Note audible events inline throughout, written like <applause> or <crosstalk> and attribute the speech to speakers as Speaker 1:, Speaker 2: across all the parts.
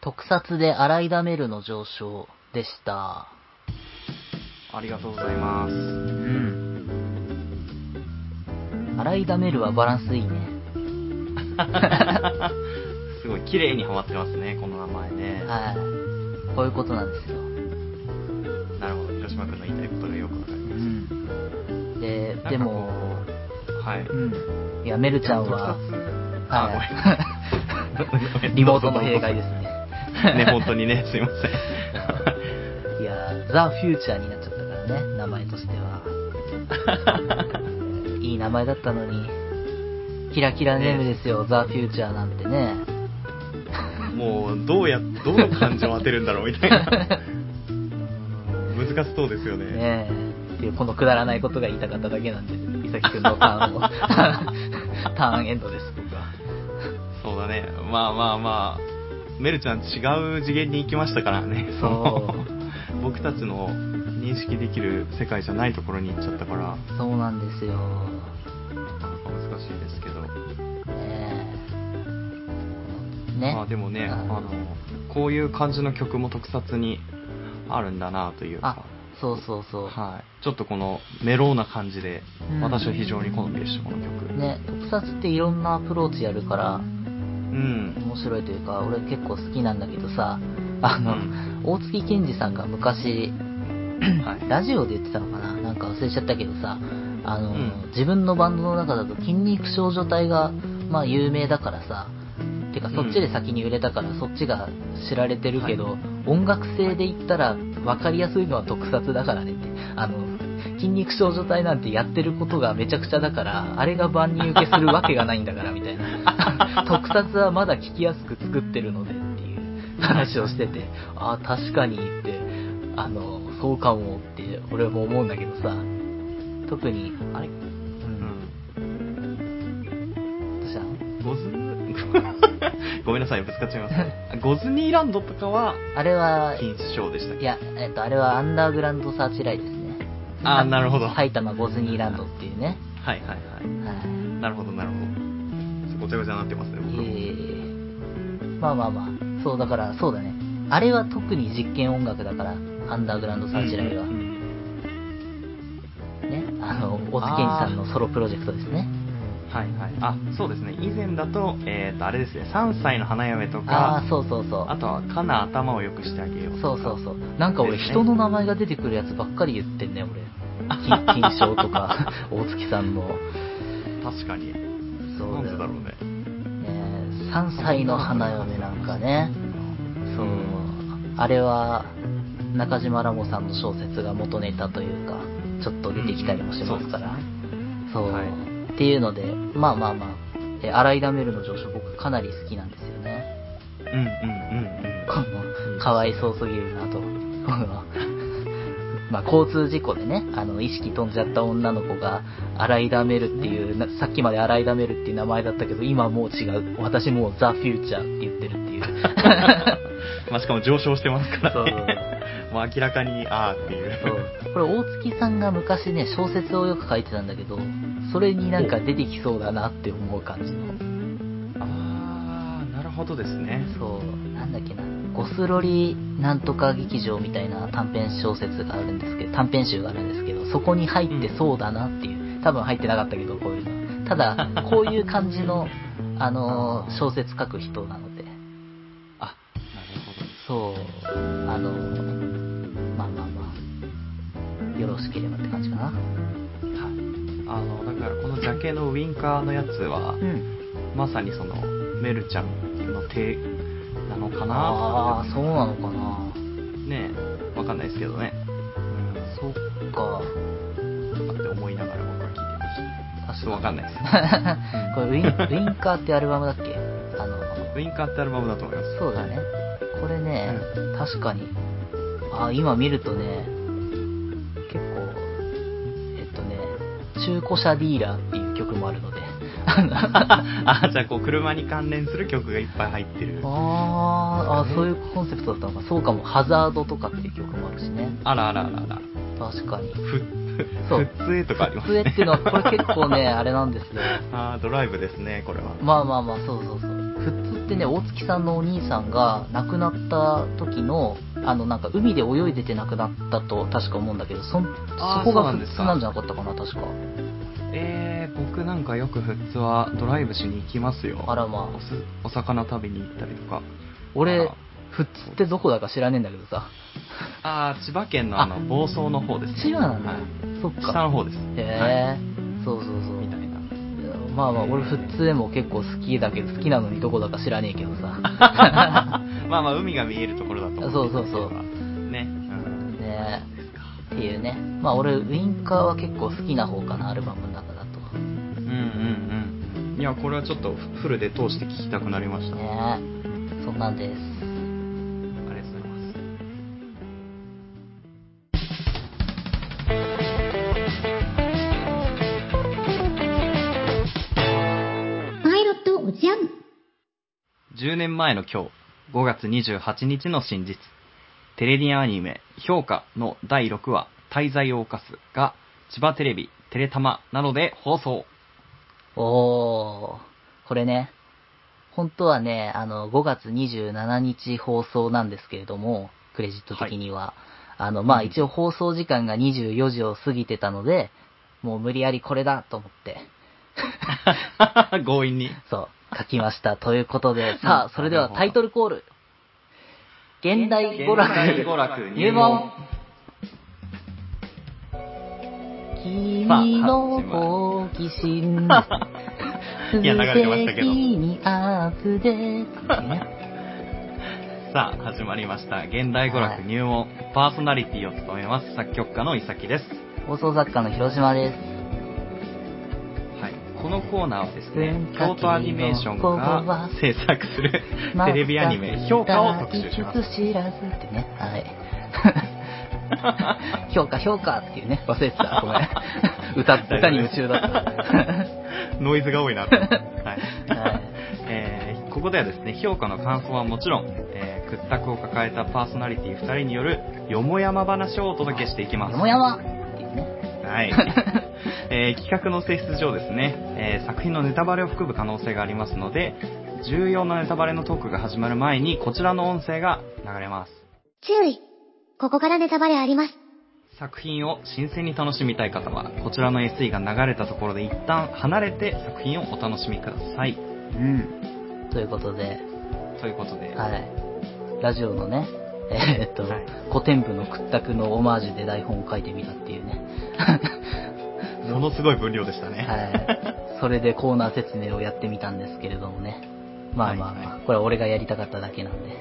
Speaker 1: 特撮で洗いダメるの上昇でした。
Speaker 2: ありがとうございます。
Speaker 1: <laughs> うん。洗いダメるはバランスいいね。
Speaker 2: すごい綺麗にはまってますね、この名前ね。
Speaker 1: はい。こういうことなんですよ。
Speaker 2: なるほど、広島君の言いたいことがよくわかり
Speaker 1: う
Speaker 2: ま
Speaker 1: ん。で、
Speaker 2: す。
Speaker 1: でも、
Speaker 2: なんかこう、はい。
Speaker 1: うん。いや、メルちゃんは、
Speaker 2: あご
Speaker 1: は
Speaker 2: めん
Speaker 1: い。リモートの弊害ですね。
Speaker 2: ね、本当にね、すいません。
Speaker 1: <laughs> いやー、ザ・フューチャーになっちゃったからね、名前としては。いい名前だったのに、キラキラネームですよ、ザ・フューチャーなんてね。
Speaker 2: もう、どうや、どの感情を当てるんだろうみたいな。難しそうですよね。
Speaker 1: ねえ。っていう、このくだらないことが言いたかっただけ <laughs> なんで、伊崎くんのターン <laughs> を、ターンエンドです、僕は。
Speaker 2: そうだね。まあまあまあ、メルちゃん違う次元に行きましたからね。
Speaker 1: そう
Speaker 2: の僕たちの認識できる世界じゃないところに行っちゃったから、なん
Speaker 1: そうなんですよ。
Speaker 2: か難しいですけど。
Speaker 1: ねえ。ね。
Speaker 2: まあでもね、
Speaker 1: うん
Speaker 2: あの、こういう感じの曲も特撮にあるんだなという
Speaker 1: あ
Speaker 2: か。、
Speaker 1: そうそうそう。
Speaker 2: はい、ちょっとこのメローな感じで、
Speaker 1: うん
Speaker 2: 私は非常に好みでしたこの曲
Speaker 1: ね、特撮っていろんなアプローチやるから、
Speaker 2: うん
Speaker 1: 面白いというか俺結構好きなんだけどさあの、
Speaker 2: うん
Speaker 1: 大月健二さんが昔
Speaker 2: はい
Speaker 1: ラジオで言ってたのかななんか忘れちゃったけどさあの、
Speaker 2: うん
Speaker 1: 自分のバンドの中だと筋肉少女隊がまあ有名だからさてかそっちで先に売れたから、そっちが知られてるけど、
Speaker 2: は
Speaker 1: 音楽性で言ったら分かりやすいのは特撮だからねってあの筋肉少女隊なんてやってることがめちゃくちゃだからあれが万人受けするわけがないんだからみたいな特撮はまだ聞きやすく作ってるのでっていう話をしててああ確かにってあのそうかもって俺も思うんだけどさ特にあれう
Speaker 2: うんん
Speaker 1: どうしたの
Speaker 2: ゴズ <laughs> ごめんなさいぶつかっちゃ
Speaker 1: <laughs>
Speaker 2: いますゴズニーランドとかは
Speaker 1: あれは
Speaker 2: 禁止賞でしたっ
Speaker 1: い
Speaker 2: け
Speaker 1: や、えっと、あれはアンダーグラウンドサーチライトですね。
Speaker 2: あーなるほど
Speaker 1: 埼玉ゴズニーランドっていうね。
Speaker 2: はいはいは
Speaker 1: はい
Speaker 2: なるほどなるほどごちゃごちゃになってますね僕
Speaker 1: い。
Speaker 2: も
Speaker 1: えーまあまあまあ、そうだから、そうだね。あれは特に実験音楽だから、アンダーグラウンドサーチライトは。
Speaker 2: うん
Speaker 1: ね。あの、大
Speaker 2: あー
Speaker 1: 月健二さんのソロプロジェクトですね。
Speaker 2: はいはいあそうですね以前だとえっ、とあれですね3歳の花嫁と
Speaker 1: あ
Speaker 2: か
Speaker 1: あ、そうそうそう。
Speaker 2: あとは「かな頭を良くしてあげよう」
Speaker 1: そうそうそう。なんか俺、
Speaker 2: ですね
Speaker 1: 人の名前が出てくるやつばっかり言ってんね、俺。 <laughs> 金金賞と
Speaker 2: <laughs>
Speaker 1: か、大月さんの。
Speaker 2: 確かに
Speaker 1: そう
Speaker 2: なん
Speaker 1: だ
Speaker 2: でだ
Speaker 1: よ
Speaker 2: ろうね
Speaker 1: 3歳の花嫁なんかね、そう、あれは中島ラモさんの小説が元ネタというか、ちょっと出てきたりもしますから、そう
Speaker 2: はい
Speaker 1: っていうので、まあまあまあ、え洗いダメるの上昇、僕、かなり好きなんですよね、
Speaker 2: うんうんうんうん
Speaker 1: このかわいそうすぎるなと、こ <laughs> のまあ交通事故でね、あの意識飛んじゃった女の子が、洗いダメるっていう、なさっきまで洗いダメるっていう名前だったけど、今もう違う、私もうザ・フューチャーって言ってるって <laughs> いう。
Speaker 2: まあ、しかも上昇してますか
Speaker 1: そう
Speaker 2: らね。 <laughs> もう明らかに、ああっていう。
Speaker 1: そうこれ大月さんが昔ね小説をよく書いてたんだけどそれになんか出てきそうだなって思う感じの
Speaker 2: ああ、なるほどですね。
Speaker 1: そうなんだっけなゴスロリなんとか劇場みたいな短編小説があるんですけど短編集があるんですけどそこに入ってそうだなっていう多分入ってなかったけどこういうのただこういう感じのあのー小説書く人なので
Speaker 2: あ、なるほど。
Speaker 1: そうあのーまあまあまあよろしければって感じかな
Speaker 2: はい。あの、だからこのジャケのウィンカーのやつは
Speaker 1: う、ん
Speaker 2: まさにその、メルちゃんの手なのか
Speaker 1: あ
Speaker 2: な
Speaker 1: あそうなのかな
Speaker 2: ねえわかんないですけどね。うん、
Speaker 1: そっか
Speaker 2: そうかって思いながら僕は聞いてました。ちょっとわかんないです。 <laughs>
Speaker 1: これウィンウィンカーってアルバムだっけあの
Speaker 2: ウィンカーってアルバムだと思います。
Speaker 1: そうだねこれね、確かにあ今見るとね結構えっとね中古車ディーラーっていう曲もあるので
Speaker 2: <laughs> あ、じゃあこう、車に関連する曲がいっぱい入ってる。
Speaker 1: あーあそういうコンセプトだったのかそうかもハザードとかっていう曲もあるしね
Speaker 2: あらあらあらあら。
Speaker 1: 確かに
Speaker 2: ふ、
Speaker 1: <laughs> そう
Speaker 2: ふ、ふつえとかあります
Speaker 1: 机
Speaker 2: ね。 <laughs>
Speaker 1: っていうのはこれ結構ねあれなんですよ
Speaker 2: あードライブですね、これは。
Speaker 1: まあまあまあそうそうそう。普普通ってね大月さんのお兄さんが亡くなった時のあのなんか海で泳いでて亡くなったと確か思うんだけどそん
Speaker 2: あー
Speaker 1: そこ
Speaker 2: そうな
Speaker 1: が
Speaker 2: ん
Speaker 1: 普
Speaker 2: です
Speaker 1: 通
Speaker 2: か
Speaker 1: なんじゃなかったかな確か
Speaker 2: えー、僕なんかよく普通はドライブしに行きますよ
Speaker 1: あらま
Speaker 2: お
Speaker 1: あ
Speaker 2: すお魚食べに行ったりとかあ
Speaker 1: 俺
Speaker 2: ら
Speaker 1: 普通ってどこだか知らねえんだけどさ
Speaker 2: ああ千葉県のあ
Speaker 1: あ
Speaker 2: の房総の方ですね
Speaker 1: 千葉なんだ、
Speaker 2: はい、
Speaker 1: そっか
Speaker 2: 下の方です
Speaker 1: へえ、
Speaker 2: は
Speaker 1: そうそうそう
Speaker 2: い、みた <laughs> いな
Speaker 1: まあまあ俺普通でも結構好きだけど好きなのにどこだか知らねえけどさ
Speaker 2: <laughs> まあまあ海が見えるところだと思うんですけど
Speaker 1: そうそう
Speaker 2: ね、うん、
Speaker 1: ねえっていうねまあ俺ウインカーは結構好きな方かなアルバムの中だと
Speaker 2: うんうんうんいやこれはちょっとフルで通して聴きたくなりましたね
Speaker 1: ねえそんなんです
Speaker 2: ありがとうございます
Speaker 3: パイロットおじゃん。
Speaker 2: 10年前の今日、5月28日の真実、テレビアニメ、評価の第6話、滞在を犯すが、千葉テレビ、テレタマなどで放送。 <laughs>
Speaker 1: おーこれね本当はねあの5月27日放送なんですけれどもクレジット的には、あのまあ一応放送時間が24時を過ぎてたのでもう無理やりこれだと思って
Speaker 2: 強引に。
Speaker 1: そう、書きました。ということ <laughs> で、さあ、それではタイトルコール。現代娯楽
Speaker 2: 現代娯楽
Speaker 1: 入
Speaker 2: 入
Speaker 1: 門
Speaker 2: 門。
Speaker 1: 君の好奇心。 <laughs>
Speaker 2: いや流れてましたけど
Speaker 1: 無責任アッ
Speaker 2: <laughs>
Speaker 1: プデートね
Speaker 2: さあ、始まりました。現代娯楽入門、パーソナリティを務めます、作曲家の伊崎です。
Speaker 1: 放送作家の広島です。
Speaker 2: はい。このコーナーはですね
Speaker 1: 文、化
Speaker 2: 京都アニメーションが制作する <laughs> テレビアニメ、評価を特集します。
Speaker 1: 全く知らずってね、はい。 <laughs> 評価、評価っていうね、忘れてた、ごめ
Speaker 2: <laughs>
Speaker 1: ん。歌、歌に夢中だっ
Speaker 2: ノイズが多い <laughs> なと思って。はい
Speaker 1: はい。
Speaker 2: えーここではですね、評価の感想はもちろん、えー屈託を抱えたパーソナリティ2人によるよもやま話をお届けしていき
Speaker 1: た。
Speaker 2: <laughs> ます。
Speaker 1: よもやまっていうね。
Speaker 3: <laughs>
Speaker 2: はい。えー企画の性質上ですね、えー作品のネタバレを含む可能性がありますので、重要なネタバレのトークが始まる前にこちらの音声が流れます。
Speaker 3: 注意。ここからネタバレあります。
Speaker 2: 作品を新鮮に楽しみたい方は、こちらの SE が流れたところで一旦離れて作品をお楽しみください。
Speaker 1: うん。ということで、
Speaker 2: ということで、
Speaker 1: はい。ラジオのね、えーっと、
Speaker 2: はい
Speaker 1: 古典部の屈託のオマージュで台本を書いてみたっていうね。
Speaker 2: ものすごい分量でしたね
Speaker 1: はい。それでコーナー説明をやってみたんですけれどもね。まあまあまあ、
Speaker 2: はい
Speaker 1: これは俺がやりたかっただけなんで。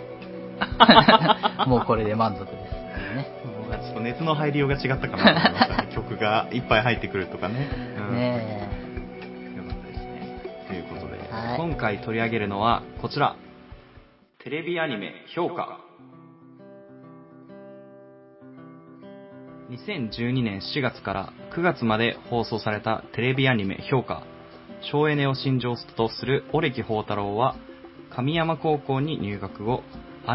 Speaker 2: <laughs>
Speaker 1: もうこれで満足ですっていうね。
Speaker 2: もうちょっと熱の入りようが違ったかなと思
Speaker 1: <laughs>
Speaker 2: いましたね曲がいっぱい入ってくるとかね。うん
Speaker 1: ね
Speaker 2: よかったですね。ということで、
Speaker 1: はい
Speaker 2: 今回取り上げるのはこちら。テレビアニメ評価。2012年4月から9月まで放送されたテレビアニメ評価。省エネを信条とするオレキ宝太郎は、神山高校に入学後、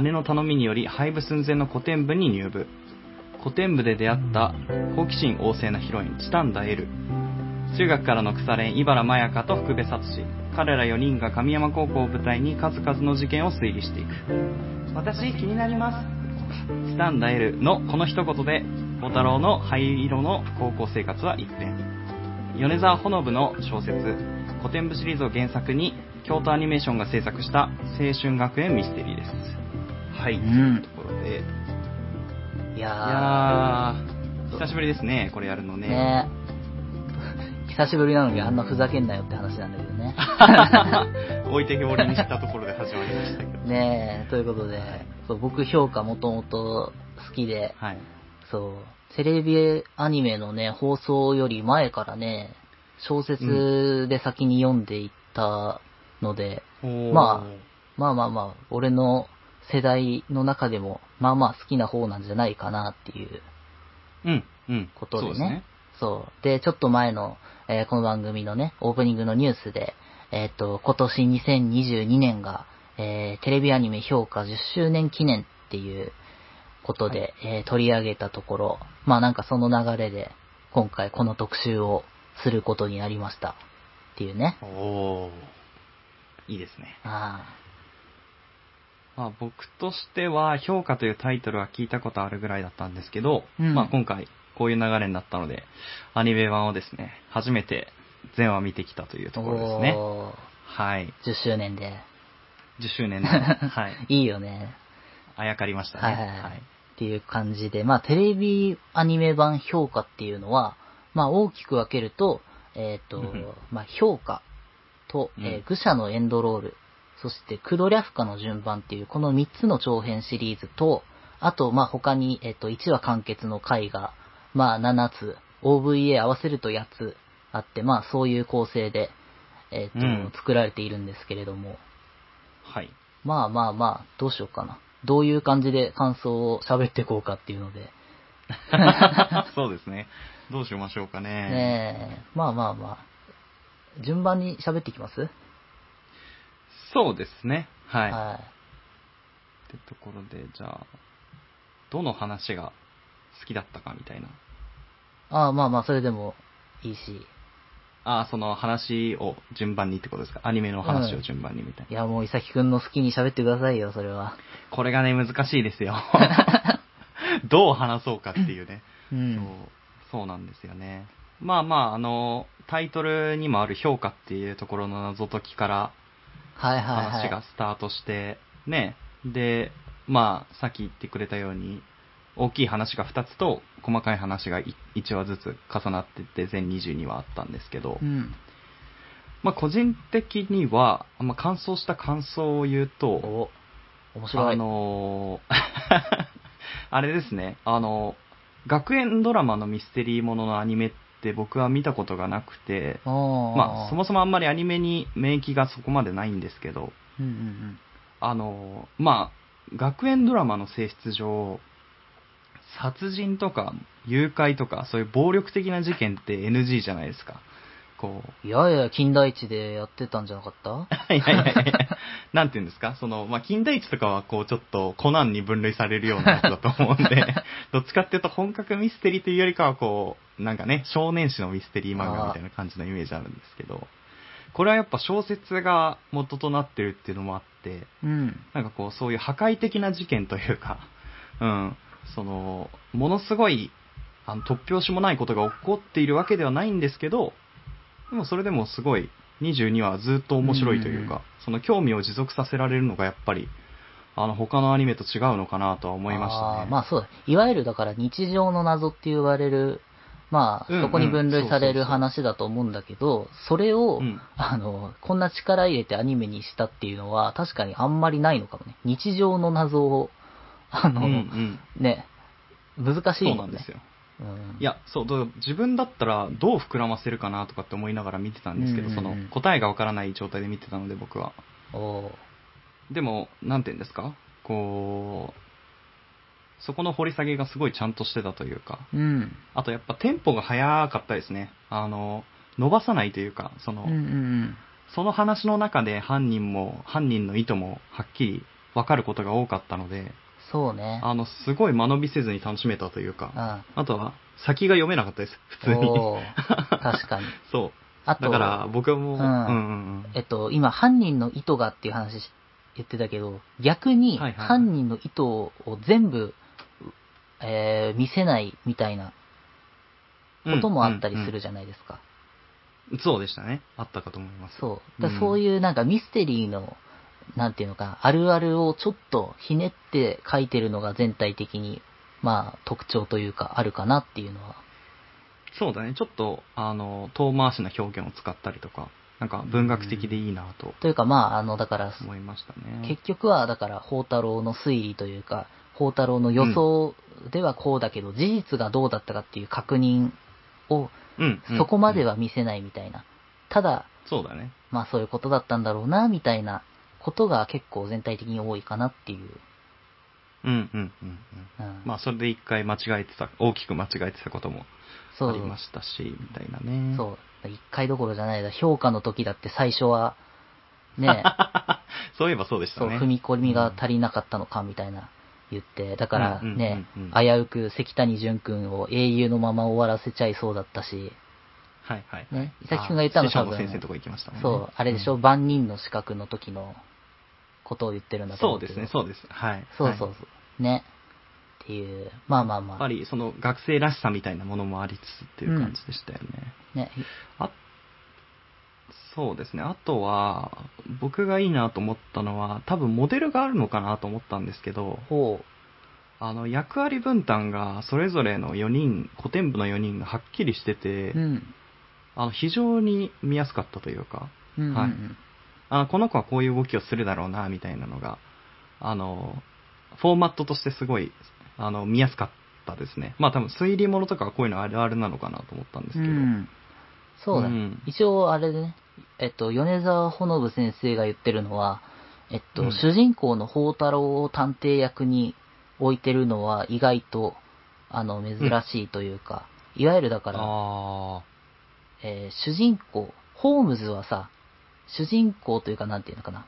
Speaker 2: 姉の頼みにより廃部寸前の古典部に入部。古典部で出会った好奇心旺盛なヒロイン、チタンダエル。中学からの腐れ縁、茨まやかと福部聡彼ら4人が神山高校を舞台に数々の事件を推理していく。私、気になります。チタンダエルのこの一言で、小太郎の灰色の高校生活は一変。米沢ほのぶの小説、古典部シリーズを原作に、京都アニメーションが制作した青春学園ミステリーです。はい。
Speaker 1: え。う
Speaker 2: というんと。ころで、い
Speaker 1: いやー。
Speaker 2: やー、久しぶりですね、これやるのね。
Speaker 1: ねえ。久しぶりなのにあんなふざけんなよって話なんだけどね。
Speaker 2: 置いてけぼりにしたところで始まりましたけど。
Speaker 1: ねえ、ということで、そう僕評価もともと好きで、
Speaker 2: はい。
Speaker 1: そう、テレビアニメのね、放送より前からね、小説で先に読んでいったので、ままあまあまあ、俺の世代の中でも、まあまあ好きな方なんじゃないかなっていう
Speaker 2: あ、うん、うん。
Speaker 1: ことで
Speaker 2: そう
Speaker 1: ね。
Speaker 2: で
Speaker 1: そう
Speaker 2: すね。
Speaker 1: で、ちょっと前の、えーこの番組のね、オープニングのニュースで、えっ、と、今年2022年が、えーテレビアニメ評価10周年記念っていうことで、
Speaker 2: は
Speaker 1: えー取り上げたところ、まあなんかその流れで、今回この特集をすることになりました。っていうね。
Speaker 2: おーいいですね。
Speaker 1: あ
Speaker 2: まあ、僕としては、評価というタイトルは聞いたことあるぐらいだったんですけど、
Speaker 1: うん
Speaker 2: まあ今回、こういう流れになったので、アニメ版をですね、初めて全話見てきたというところですね。
Speaker 1: おー
Speaker 2: はい。
Speaker 1: 10周年で。
Speaker 2: 10
Speaker 1: <laughs>
Speaker 2: 周年で、はい。
Speaker 1: いいよね。
Speaker 2: あやかりましたね。
Speaker 1: はいはいはいっていう感じで、まあ、テレビアニメ版評価っていうのは、まあ、大きく分けると、えっ、と
Speaker 2: うん、
Speaker 1: まあ、評価と、えー愚者のエンドロール、そして、クドリャフカの順番っていう、この3つの長編シリーズと、あと、まあ、他に、えっ、と、1話完結の回が、まあ、7つ、OVA 合わせると8つあって、まあ、そういう構成で、えっ、と、
Speaker 2: うん
Speaker 1: 作られているんですけれども、
Speaker 2: はい。
Speaker 1: まあまあまあ、どうしようかな。どういう感じで感想を喋っていこうかっていうので。
Speaker 2: はい、 <laughs> そうですね。どうしましょうかね。
Speaker 1: ねえ、まあまあまあ。順番に喋っていきます
Speaker 2: そうですね。はい。
Speaker 1: は
Speaker 2: ってところで、じゃあ、どの話が好きだったかみたいな。
Speaker 1: ああまあまあ、それでもいいし。
Speaker 2: ああ、その話を順番にってことですかアニメの話を順番にみたいな。
Speaker 1: いや、もう、いさきくんの好きに喋ってくださいよ、それは。
Speaker 2: これがね、難しいですよ。どう話そうかっていうね。
Speaker 1: う。
Speaker 2: そうんそうなんですよね。まあまあ、あの、タイトルにもある評価っていうところの謎解きから
Speaker 1: はいはいはい。
Speaker 2: 話がスタートして、ね。で、まあ、さっき言ってくれたように、大きい話が2つと、細かい話が1話ずつ重なってって、全22話あったんですけど、
Speaker 1: うん。
Speaker 2: まあ個人的には、まあ、感想した感想を言うと、
Speaker 1: お、面白
Speaker 2: あ
Speaker 1: い。
Speaker 2: のー <laughs> あれですね、あの学園ドラマのミステリーもののアニメって僕は見たことがなくて、
Speaker 1: おー
Speaker 2: まあ、そもそもあんまりアニメに免疫がそこまでないんですけど、
Speaker 1: うんうん
Speaker 2: あのーまあ、学園ドラマの性質上、殺人とか誘拐とか、そういう暴力的な事件って NG じゃないですか。こう、
Speaker 1: うん。いやいや、近代一でやってたんじゃなかった
Speaker 2: <laughs> いやいやいやいやなんていうんですか、その、まあ、近代一とかは、こう、ちょっと、コナンに分類されるようなやつだと思うん <laughs> で、どっちかっていうと、本格ミステリーというよりかは、こう、なんかね、少年誌のミステリー漫画みたいな感じのイメージあるんですけど、これはやっぱ小説が元となってるっていうのもあって、
Speaker 1: うん。
Speaker 2: なんかこう、そういう破壊的な事件というか、 <laughs> うん、その、ものすごい、あの、突拍子もないことが起こっているわけではないんですけど、でもそれでもすごい、22話はずっと面白いというか、
Speaker 1: うん
Speaker 2: その興味を持続させられるのがやっぱり、あの、他のアニメと違うのかなとは思いました
Speaker 1: あ
Speaker 2: ね。
Speaker 1: ーまあそうだ。いわゆるだから日常の謎って言われる、ま
Speaker 2: うんう
Speaker 1: あ
Speaker 2: ん
Speaker 1: そこに分類され
Speaker 2: そうそうそ
Speaker 1: る
Speaker 2: う
Speaker 1: 話だと思うんだけど、それを、
Speaker 2: うん
Speaker 1: あの、こんな力入れてアニメにしたっていうのは確かにあんまりないのかもね。日常の謎を、あ
Speaker 2: うん
Speaker 1: の、
Speaker 2: うん。
Speaker 1: ね、難しい
Speaker 2: そう
Speaker 1: も
Speaker 2: なん
Speaker 1: ね。
Speaker 2: んですよ。
Speaker 1: うん
Speaker 2: いや、そう、だから自分だったらどう膨らませるかなとかって思いながら見てたんですけど、
Speaker 1: うんうん
Speaker 2: そ
Speaker 1: うん
Speaker 2: の答えがわからない状態で見てたので僕は。
Speaker 1: おー
Speaker 2: でも、なんて言うんですかこう、そこの掘り下げがすごいちゃんとしてたというか、
Speaker 1: うん。
Speaker 2: あとやっぱテンポが速かったですね。あの、伸ばさないというか、その、
Speaker 1: うんうんうん。
Speaker 2: その話の中で犯人も、犯人の意図もはっきり分かることが多かったので、
Speaker 1: そうね。
Speaker 2: あの、すごい間延びせずに楽しめたというか、
Speaker 1: あ
Speaker 2: あとは、先が読めなかったです、普通に。
Speaker 1: おー確かに。
Speaker 2: <laughs> そう。
Speaker 1: あと、
Speaker 2: だから僕はもう、
Speaker 1: う
Speaker 2: うんんうん
Speaker 1: えっと、今、犯人の意図がっていう話し言ってたけど、逆に、
Speaker 2: はいはいはい
Speaker 1: 犯人の意図を全部、えー見せないみたいな
Speaker 2: うん。
Speaker 1: こともあったりする
Speaker 2: じ
Speaker 1: じゃないですか。
Speaker 2: ゃん。そうでしたね。あったかと思います。
Speaker 1: そう。だ
Speaker 2: うん
Speaker 1: そういうなんかミステリーの、なんていうのか、あるあるをちょっとひねって書いてるのが全体的に、まあ、特徴というか、あるかなっていうのは。
Speaker 2: そうだね、ちょっと、あの、遠回しな表現を使ったりとか、なんか文学的でいいなと
Speaker 1: というか、まあ、あの、だから、
Speaker 2: 思いましたね。
Speaker 1: 結局はだから宝太郎の推理というか宝太郎の予想ではこうだけど、事実がどうだったかっていう確認を
Speaker 2: うん、うん
Speaker 1: そこまで、は見せないみたいな、ただ
Speaker 2: そうだね。
Speaker 1: まあそういうことだったんだろうなみたいなことが結構全体的に多いかなっていう、
Speaker 2: うんうんうんうん。
Speaker 1: うん、
Speaker 2: まあ、それで一回間違えてた、大きく間違えてたことも
Speaker 1: そう
Speaker 2: ありましたし、みたいなね。
Speaker 1: そう一回どころじゃないだ評価の時だって最初は
Speaker 2: <laughs>
Speaker 1: ね
Speaker 2: そういえばそうでした
Speaker 1: そう、
Speaker 2: ね。
Speaker 1: 踏み込みが足りなかったのか、みたいな、言って。だから
Speaker 2: うんうん
Speaker 1: ね
Speaker 2: うんうん、
Speaker 1: 危うく関谷淳君を英雄のまま終わらせちゃいそうだったし、
Speaker 2: はいはい。
Speaker 1: ね、伊崎君が言ったの
Speaker 2: あ師
Speaker 1: 多
Speaker 2: 匠の
Speaker 1: 分、
Speaker 2: 先生のとこ行きましたもんね。
Speaker 1: そう、あれでしょ、万人の資格の時の、ことを言ってるんだと
Speaker 2: そ
Speaker 1: 思
Speaker 2: う
Speaker 1: うけ
Speaker 2: で
Speaker 1: ど。
Speaker 2: すね、そうです。はい。
Speaker 1: そうそう
Speaker 2: はい
Speaker 1: そう。ね。っていう、まあまあ
Speaker 2: やっ
Speaker 1: ま
Speaker 2: ぱりその学生らしさみたいなものもありつつっていう感じでしたよね。
Speaker 1: あ、ね。
Speaker 2: あそうですね。あとは、僕がいいなと思ったのは、多分モデルがあるのかなと思ったんですけど、
Speaker 1: ほ
Speaker 2: あの、役割分担がそれぞれの4人、古典部の4人がはっきりしてて、
Speaker 1: う。うん。
Speaker 2: あの、非常に見やすかったというか、
Speaker 1: うんうん、
Speaker 2: は
Speaker 1: う
Speaker 2: い
Speaker 1: ん。
Speaker 2: あこの子はこういう動きをするだろうな、みたいなのが、あの、フォーマットとしてすごい、あの、見やすかったですね。まあ多分推理物とかはこういうのあるあるなのかなと思ったんです
Speaker 1: う
Speaker 2: けど。
Speaker 1: ん。そうだ、
Speaker 2: うん
Speaker 1: 一応あれでね、えっと、米沢ほのぶ先生が言ってるのは、えっと、
Speaker 2: うん
Speaker 1: 主人公の宝太郎を探偵役に置いてるのは意外と、あの、珍しいというか、いわゆるだから、
Speaker 2: あ
Speaker 1: えー主人公、ホームズはさ、主人公というかなんていうのかな、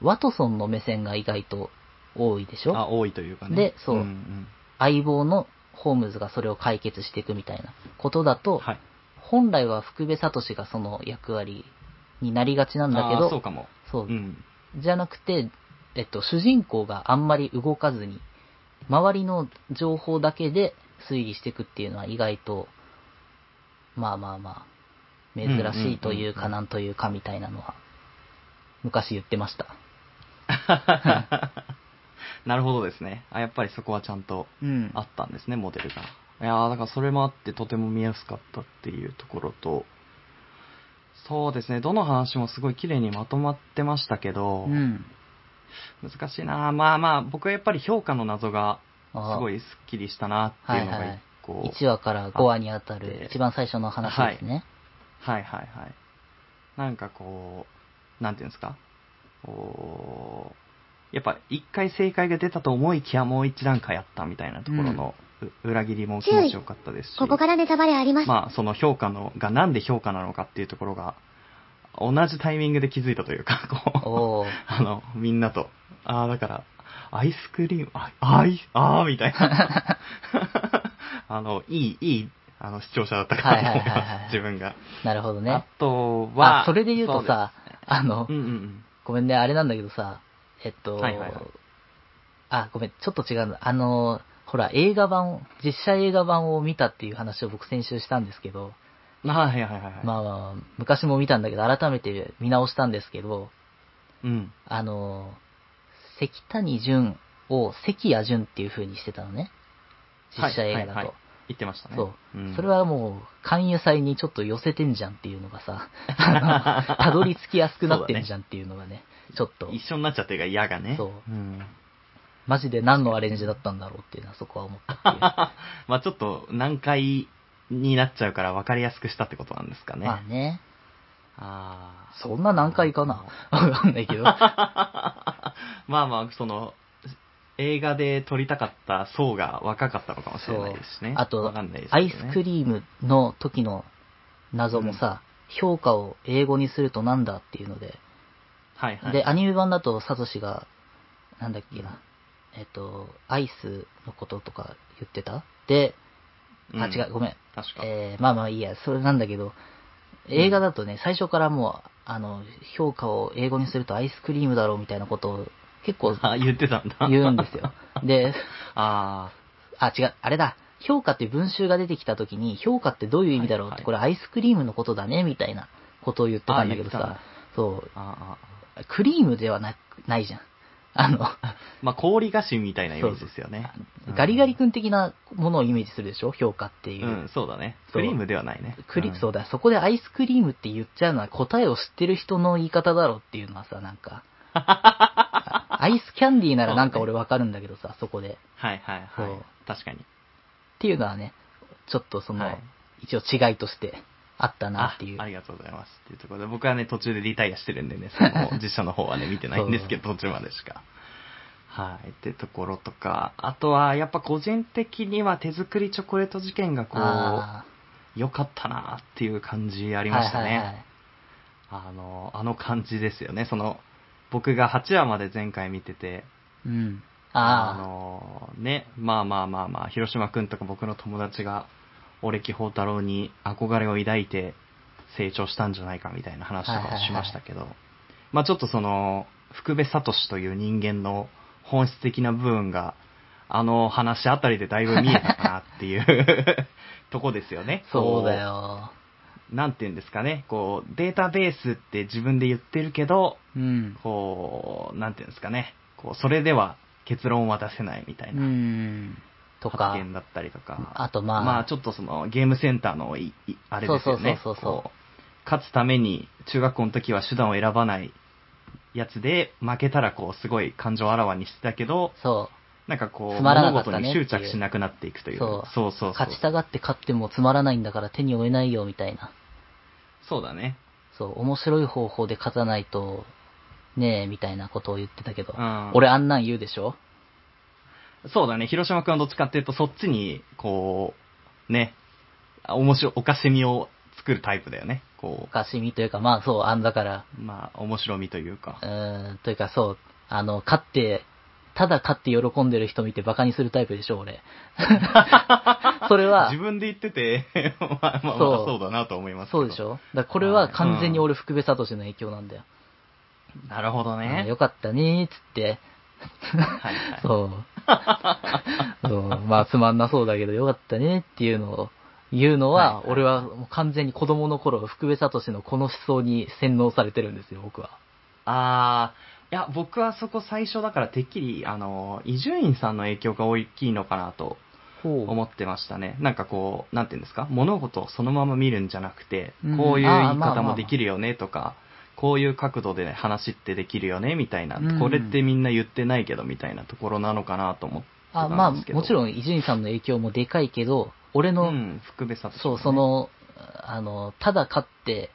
Speaker 1: ワトソンの目線が意外と多いでし
Speaker 2: ーあ、
Speaker 1: ょ
Speaker 2: 多いというかね。
Speaker 1: でそうん
Speaker 2: ん
Speaker 1: 相棒のホームズがそれを解決していくみたいなことだと、
Speaker 2: はい。
Speaker 1: 本来は福部聡がその役割になりがちなんだけ
Speaker 2: あー
Speaker 1: ど、
Speaker 2: そうかも。
Speaker 1: そう <laughs>
Speaker 2: うん。
Speaker 1: じゃなくて、えっと、主人公があんまり動かずに、周りの情報だけで推理していくっていうのは意外と、まあまあまあ、珍しいという
Speaker 2: うんうんうんう
Speaker 1: か
Speaker 2: ん
Speaker 1: なんというかみたいなのは、昔言ってました。
Speaker 2: なるほどですね。あ、やっぱりそこはちゃんと
Speaker 1: うん
Speaker 2: あったんですね、モデルが。いやーだからそれもあってとても見やすかったっていうところと、そうですね、どの話もすごい綺麗にまとまってましたけど、
Speaker 1: うん。
Speaker 2: 難しいなーまあまあ、僕はやっぱり評価の謎がす
Speaker 1: あ
Speaker 2: ごいスッキリしたなっていうの
Speaker 1: は
Speaker 2: が
Speaker 1: いはい
Speaker 2: 一個、はい
Speaker 1: 1話から5話にあたる
Speaker 2: で
Speaker 1: 一番最初の話ですね。
Speaker 2: はいはいなんかこう、なんていうんですか、こうやっぱ一回正解が出たと思いきやもう一段階あったみたいなところの、う裏切りも気持ちよかったですし。
Speaker 3: ここからネタバレあります。
Speaker 2: まあ、その評価のがなんで評価なのかっていうところが、同じタイミングで気づいたというか、
Speaker 1: お
Speaker 2: こう、
Speaker 1: ー。
Speaker 2: <laughs> あの、みんなと、ああ、だから、アイスクリーム、あ、アイス、ああ、みたい
Speaker 1: <laughs>
Speaker 2: な。 <laughs> あの、いい、いい、あの、視聴者だったかなと
Speaker 1: は
Speaker 2: 思い
Speaker 1: いはいはいはい
Speaker 2: ます、自分が。
Speaker 1: なるほど
Speaker 2: あ
Speaker 1: ね。
Speaker 2: とは、
Speaker 1: あそれで言うとさ、あの
Speaker 2: そうです、うんうんうん。
Speaker 1: ごめんね、あれなんだけどさ、えっと、
Speaker 2: はいはいはい
Speaker 1: あ、ごめん、ちょっと違うの。あの、ほら、映画版、実写映画版を見たっていう話を僕先週したんですけど、
Speaker 2: はいはいはいはい。
Speaker 1: まあまあ、昔も見たんだけど、改めて見直したんですけど、
Speaker 2: うん。
Speaker 1: あの、関谷淳を関谷淳っていう風にしてたのね。実写映画だと。
Speaker 2: はいはいはい言ってましたね。
Speaker 1: そう、
Speaker 2: ん
Speaker 1: それ、はもう、関与祭にちょっと寄せてんじゃんっていうのが
Speaker 2: <laughs>
Speaker 1: さ、あのたどり着きやすくなってんじゃんっていうのが
Speaker 2: <laughs>
Speaker 1: ね、ちょっと。
Speaker 2: 一緒になっちゃってるから嫌がね。
Speaker 1: そう
Speaker 2: うん。
Speaker 1: マジで何のアレンジだったんだろうっていうのはそこは思ったっていう。
Speaker 2: まあちょっと難解になっちゃうから分かりやすくしたってことなんですかね。
Speaker 1: まあね。
Speaker 2: あー <laughs>
Speaker 1: そんな難解かなわかんないけど。あ
Speaker 2: まあまあ、その、映画で撮りたかった層が若かったのかもしれないですしね。
Speaker 1: と
Speaker 2: わかんないで、す
Speaker 1: ア
Speaker 2: けど
Speaker 1: イ
Speaker 2: ね
Speaker 1: スクリームの時の謎もさ、評価を英語にするとなんだっていうので、
Speaker 2: はいはい。
Speaker 1: で、アニメ版だとサトシが、なんだっけな、えっと、アイスのこととか言ってたで、
Speaker 2: ん
Speaker 1: あ、違う、ごめん。
Speaker 2: 確か。
Speaker 1: えーまあまあいいや、それなんだけど、映画だとね、最初からもう、あの、評価を英語にするとアイスクリームだろうみたいなことを結
Speaker 2: <laughs>
Speaker 1: 構
Speaker 2: あ、言ってたんだ。
Speaker 1: 言うんですよ。で、
Speaker 2: <laughs> あ
Speaker 1: あ、違う、あれだ。評価っていう文集が出てきた時に、評価ってどういう意味だろうって、
Speaker 2: はいはい
Speaker 1: これアイスクリームのことだね、みたいなことを言ってたんだけど
Speaker 2: あ言って
Speaker 1: さ、そう
Speaker 2: ー、あーあー。
Speaker 1: クリームではなく、ないじゃん。あの、
Speaker 2: まあ、氷菓子みたいなイメージですよね。 <laughs> うん
Speaker 1: ガリガリ君的なものをイメージするでしょ評価っていうう。
Speaker 2: ん、そうだね。
Speaker 1: そう
Speaker 2: クリームではないね。
Speaker 1: クリ
Speaker 2: うん
Speaker 1: そうだ、そこでアイスクリームって言っちゃうのは答えを知ってる人の言い方だろっていうのはさ、なん
Speaker 2: <laughs>
Speaker 1: か。あアイスキャンディーならなんか俺わかるんだけどさ、そこで。っ
Speaker 2: はいはいは
Speaker 1: そう
Speaker 2: い。確かに。
Speaker 1: ていうのはね、ちょっとその、
Speaker 2: はい
Speaker 1: 一応違いとしてあったなっていう。
Speaker 2: あありがとうございます。っていうところで、僕はね、途中でリタイアしてるん
Speaker 1: <laughs>
Speaker 2: でね、その実写の方はね、見てないんですけど、途中までしか。はい。ってところとか、あとは、やっぱ個人的には手作りチョコレート事件がこう、
Speaker 1: あ
Speaker 2: 良かったなっていう感じあ
Speaker 1: ー
Speaker 2: りましたね。
Speaker 1: はいはいはい
Speaker 2: あの、あの感じですよね。その、僕が8話まで前回見てて、
Speaker 1: うん。
Speaker 2: あ
Speaker 1: あ
Speaker 2: のね、まあまあまあまあ、広島くんとか僕の友達が、俺木宝太郎に憧れを抱いて成長したんじゃないかみたいな話とかをしましたけど、まあちょっとその、福部聡という人間の本質的な部分が、あの話あたりでだいぶ見えたかなっていう <laughs> とこですよね。
Speaker 1: そうだよ。
Speaker 2: なんていうんですかね、こう、データベースって自分で言ってるけど、
Speaker 4: うん。
Speaker 2: こう、なんていうんですかね、こう、それでは結論は出せないみたいうな。
Speaker 4: ん。
Speaker 1: とか
Speaker 2: 発、見だったりとか。
Speaker 1: あとまあ
Speaker 2: まあちょっとそのゲームセンターのい、いあれですよね。
Speaker 1: そうそうそうそう
Speaker 2: こう勝つために中学校の時は手段を選ばないやつで、負けたらこうすごい感情をあらわにしてたけど、
Speaker 1: そ
Speaker 2: なんかこう、
Speaker 1: つまらなか
Speaker 2: 物
Speaker 1: った
Speaker 2: 事
Speaker 1: ねっ
Speaker 2: に
Speaker 1: ていう
Speaker 2: 執着しなくなっていくという。
Speaker 1: そう、
Speaker 2: そうそううそう
Speaker 1: 勝ちたがって勝ってもつまらないんだから手に負えないよみたいな。
Speaker 2: そうだね。
Speaker 1: そう、面白い方法で勝たないと、ねえ、みたいなことを言ってたけど、
Speaker 2: うん
Speaker 1: 俺あんなん言うでしょ
Speaker 2: そうだね。広島君はどっちかっていうと、そっちに、こう、ね、面白い、おかしみを作るタイプだよね。こ
Speaker 1: おかしみというか、まあそう、あんだから、
Speaker 2: う、まあ、面白みというか
Speaker 1: う。ーん、というかそう、あの、勝って、ただ勝って喜んでる人見てバカにするタイプでしょ、 <laughs> 俺。それは
Speaker 2: 自、分で言ってて、 <laughs> まあまあまあ
Speaker 1: そう
Speaker 2: そうだなと思いますけど
Speaker 1: そうでしょだからこれは完全に俺福部聡の影響なんだよ。
Speaker 2: なるほど
Speaker 1: あー
Speaker 2: ね
Speaker 1: よ。かったねー、つって。
Speaker 2: はいはい
Speaker 1: そう。そうまあ、つまんなそうだけど、よかったねっていうのを、言うのは、俺はもう完全に子供の頃、福部聡のこの思想に洗脳されてるんですよ、僕は。
Speaker 2: あー、いや、僕はそこ最初だからてっきり、あの、伊集院さんの影響が大きいのかなと思ってましたね。なんかこう、なんていうんですか、物事をそのまま見るんじゃなくて、
Speaker 4: うん
Speaker 2: こういう
Speaker 1: あー
Speaker 2: 言い
Speaker 1: まあまあ
Speaker 2: 方
Speaker 1: まあ
Speaker 2: もできるよねとか、こういう角度で話ってできるよねみたいな、
Speaker 4: うん
Speaker 2: これってみんな言ってないけどみたいなところなのかなと思って
Speaker 1: あ
Speaker 2: た
Speaker 1: まあ、
Speaker 2: んですけど。
Speaker 1: もちろん伊集院さんの影響もでかいけど、俺の、
Speaker 2: うん、福部さんとかね
Speaker 1: そう、そ、の、あの、ただ勝って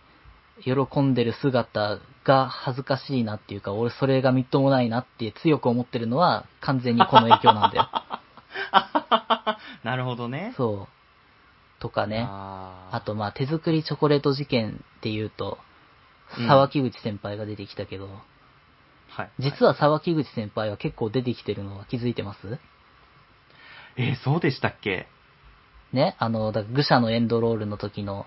Speaker 1: 喜んでる姿が恥ずかしいなっていうか、俺それがみっともないなって強く思ってるのは、完全にこの影響
Speaker 2: <laughs>
Speaker 1: なんだよ。
Speaker 2: なるほどね。
Speaker 1: そう。とかね。
Speaker 2: あー
Speaker 1: あと、まあ、手作りチョコレート事件っていうと
Speaker 2: うん、
Speaker 1: 沢木口先輩が出てきたけど、
Speaker 2: はい、
Speaker 1: 実は沢木口先輩は結構出てきてるのは気づいてます
Speaker 2: えーそうでしたっけ
Speaker 1: ねあの、だから愚者のエンドロールの時の、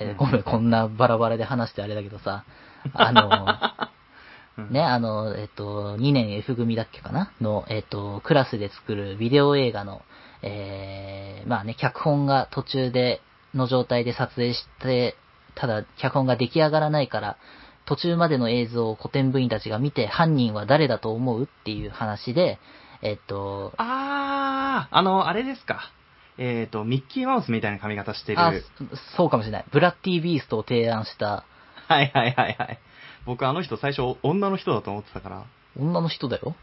Speaker 1: えー
Speaker 2: うん
Speaker 1: ごめん、こんなバラバラで話してあれだけどさ、
Speaker 2: <laughs>
Speaker 1: あ
Speaker 2: う
Speaker 1: の、
Speaker 2: ん
Speaker 1: ね、あの、えっと、2年 F 組だっけかなの、えっと、クラスで作るビデオ映画の、えー、まあね、脚本が途中で、の状態で撮影して、ただ、脚本が出来上がらないから、途中までの映像を古典部員たちが見て、犯人は誰だと思うっていう話で、えっと、
Speaker 2: あー、あの、あれですか。えっ、と、ミッキーマウスみたいな髪型してる。は
Speaker 1: あ
Speaker 2: い、
Speaker 1: そそうかもしれない。ブラッディービーストを提案した
Speaker 2: はいはいはい。僕あの人最初女の人だと思ってたから。
Speaker 1: 女の人だよ。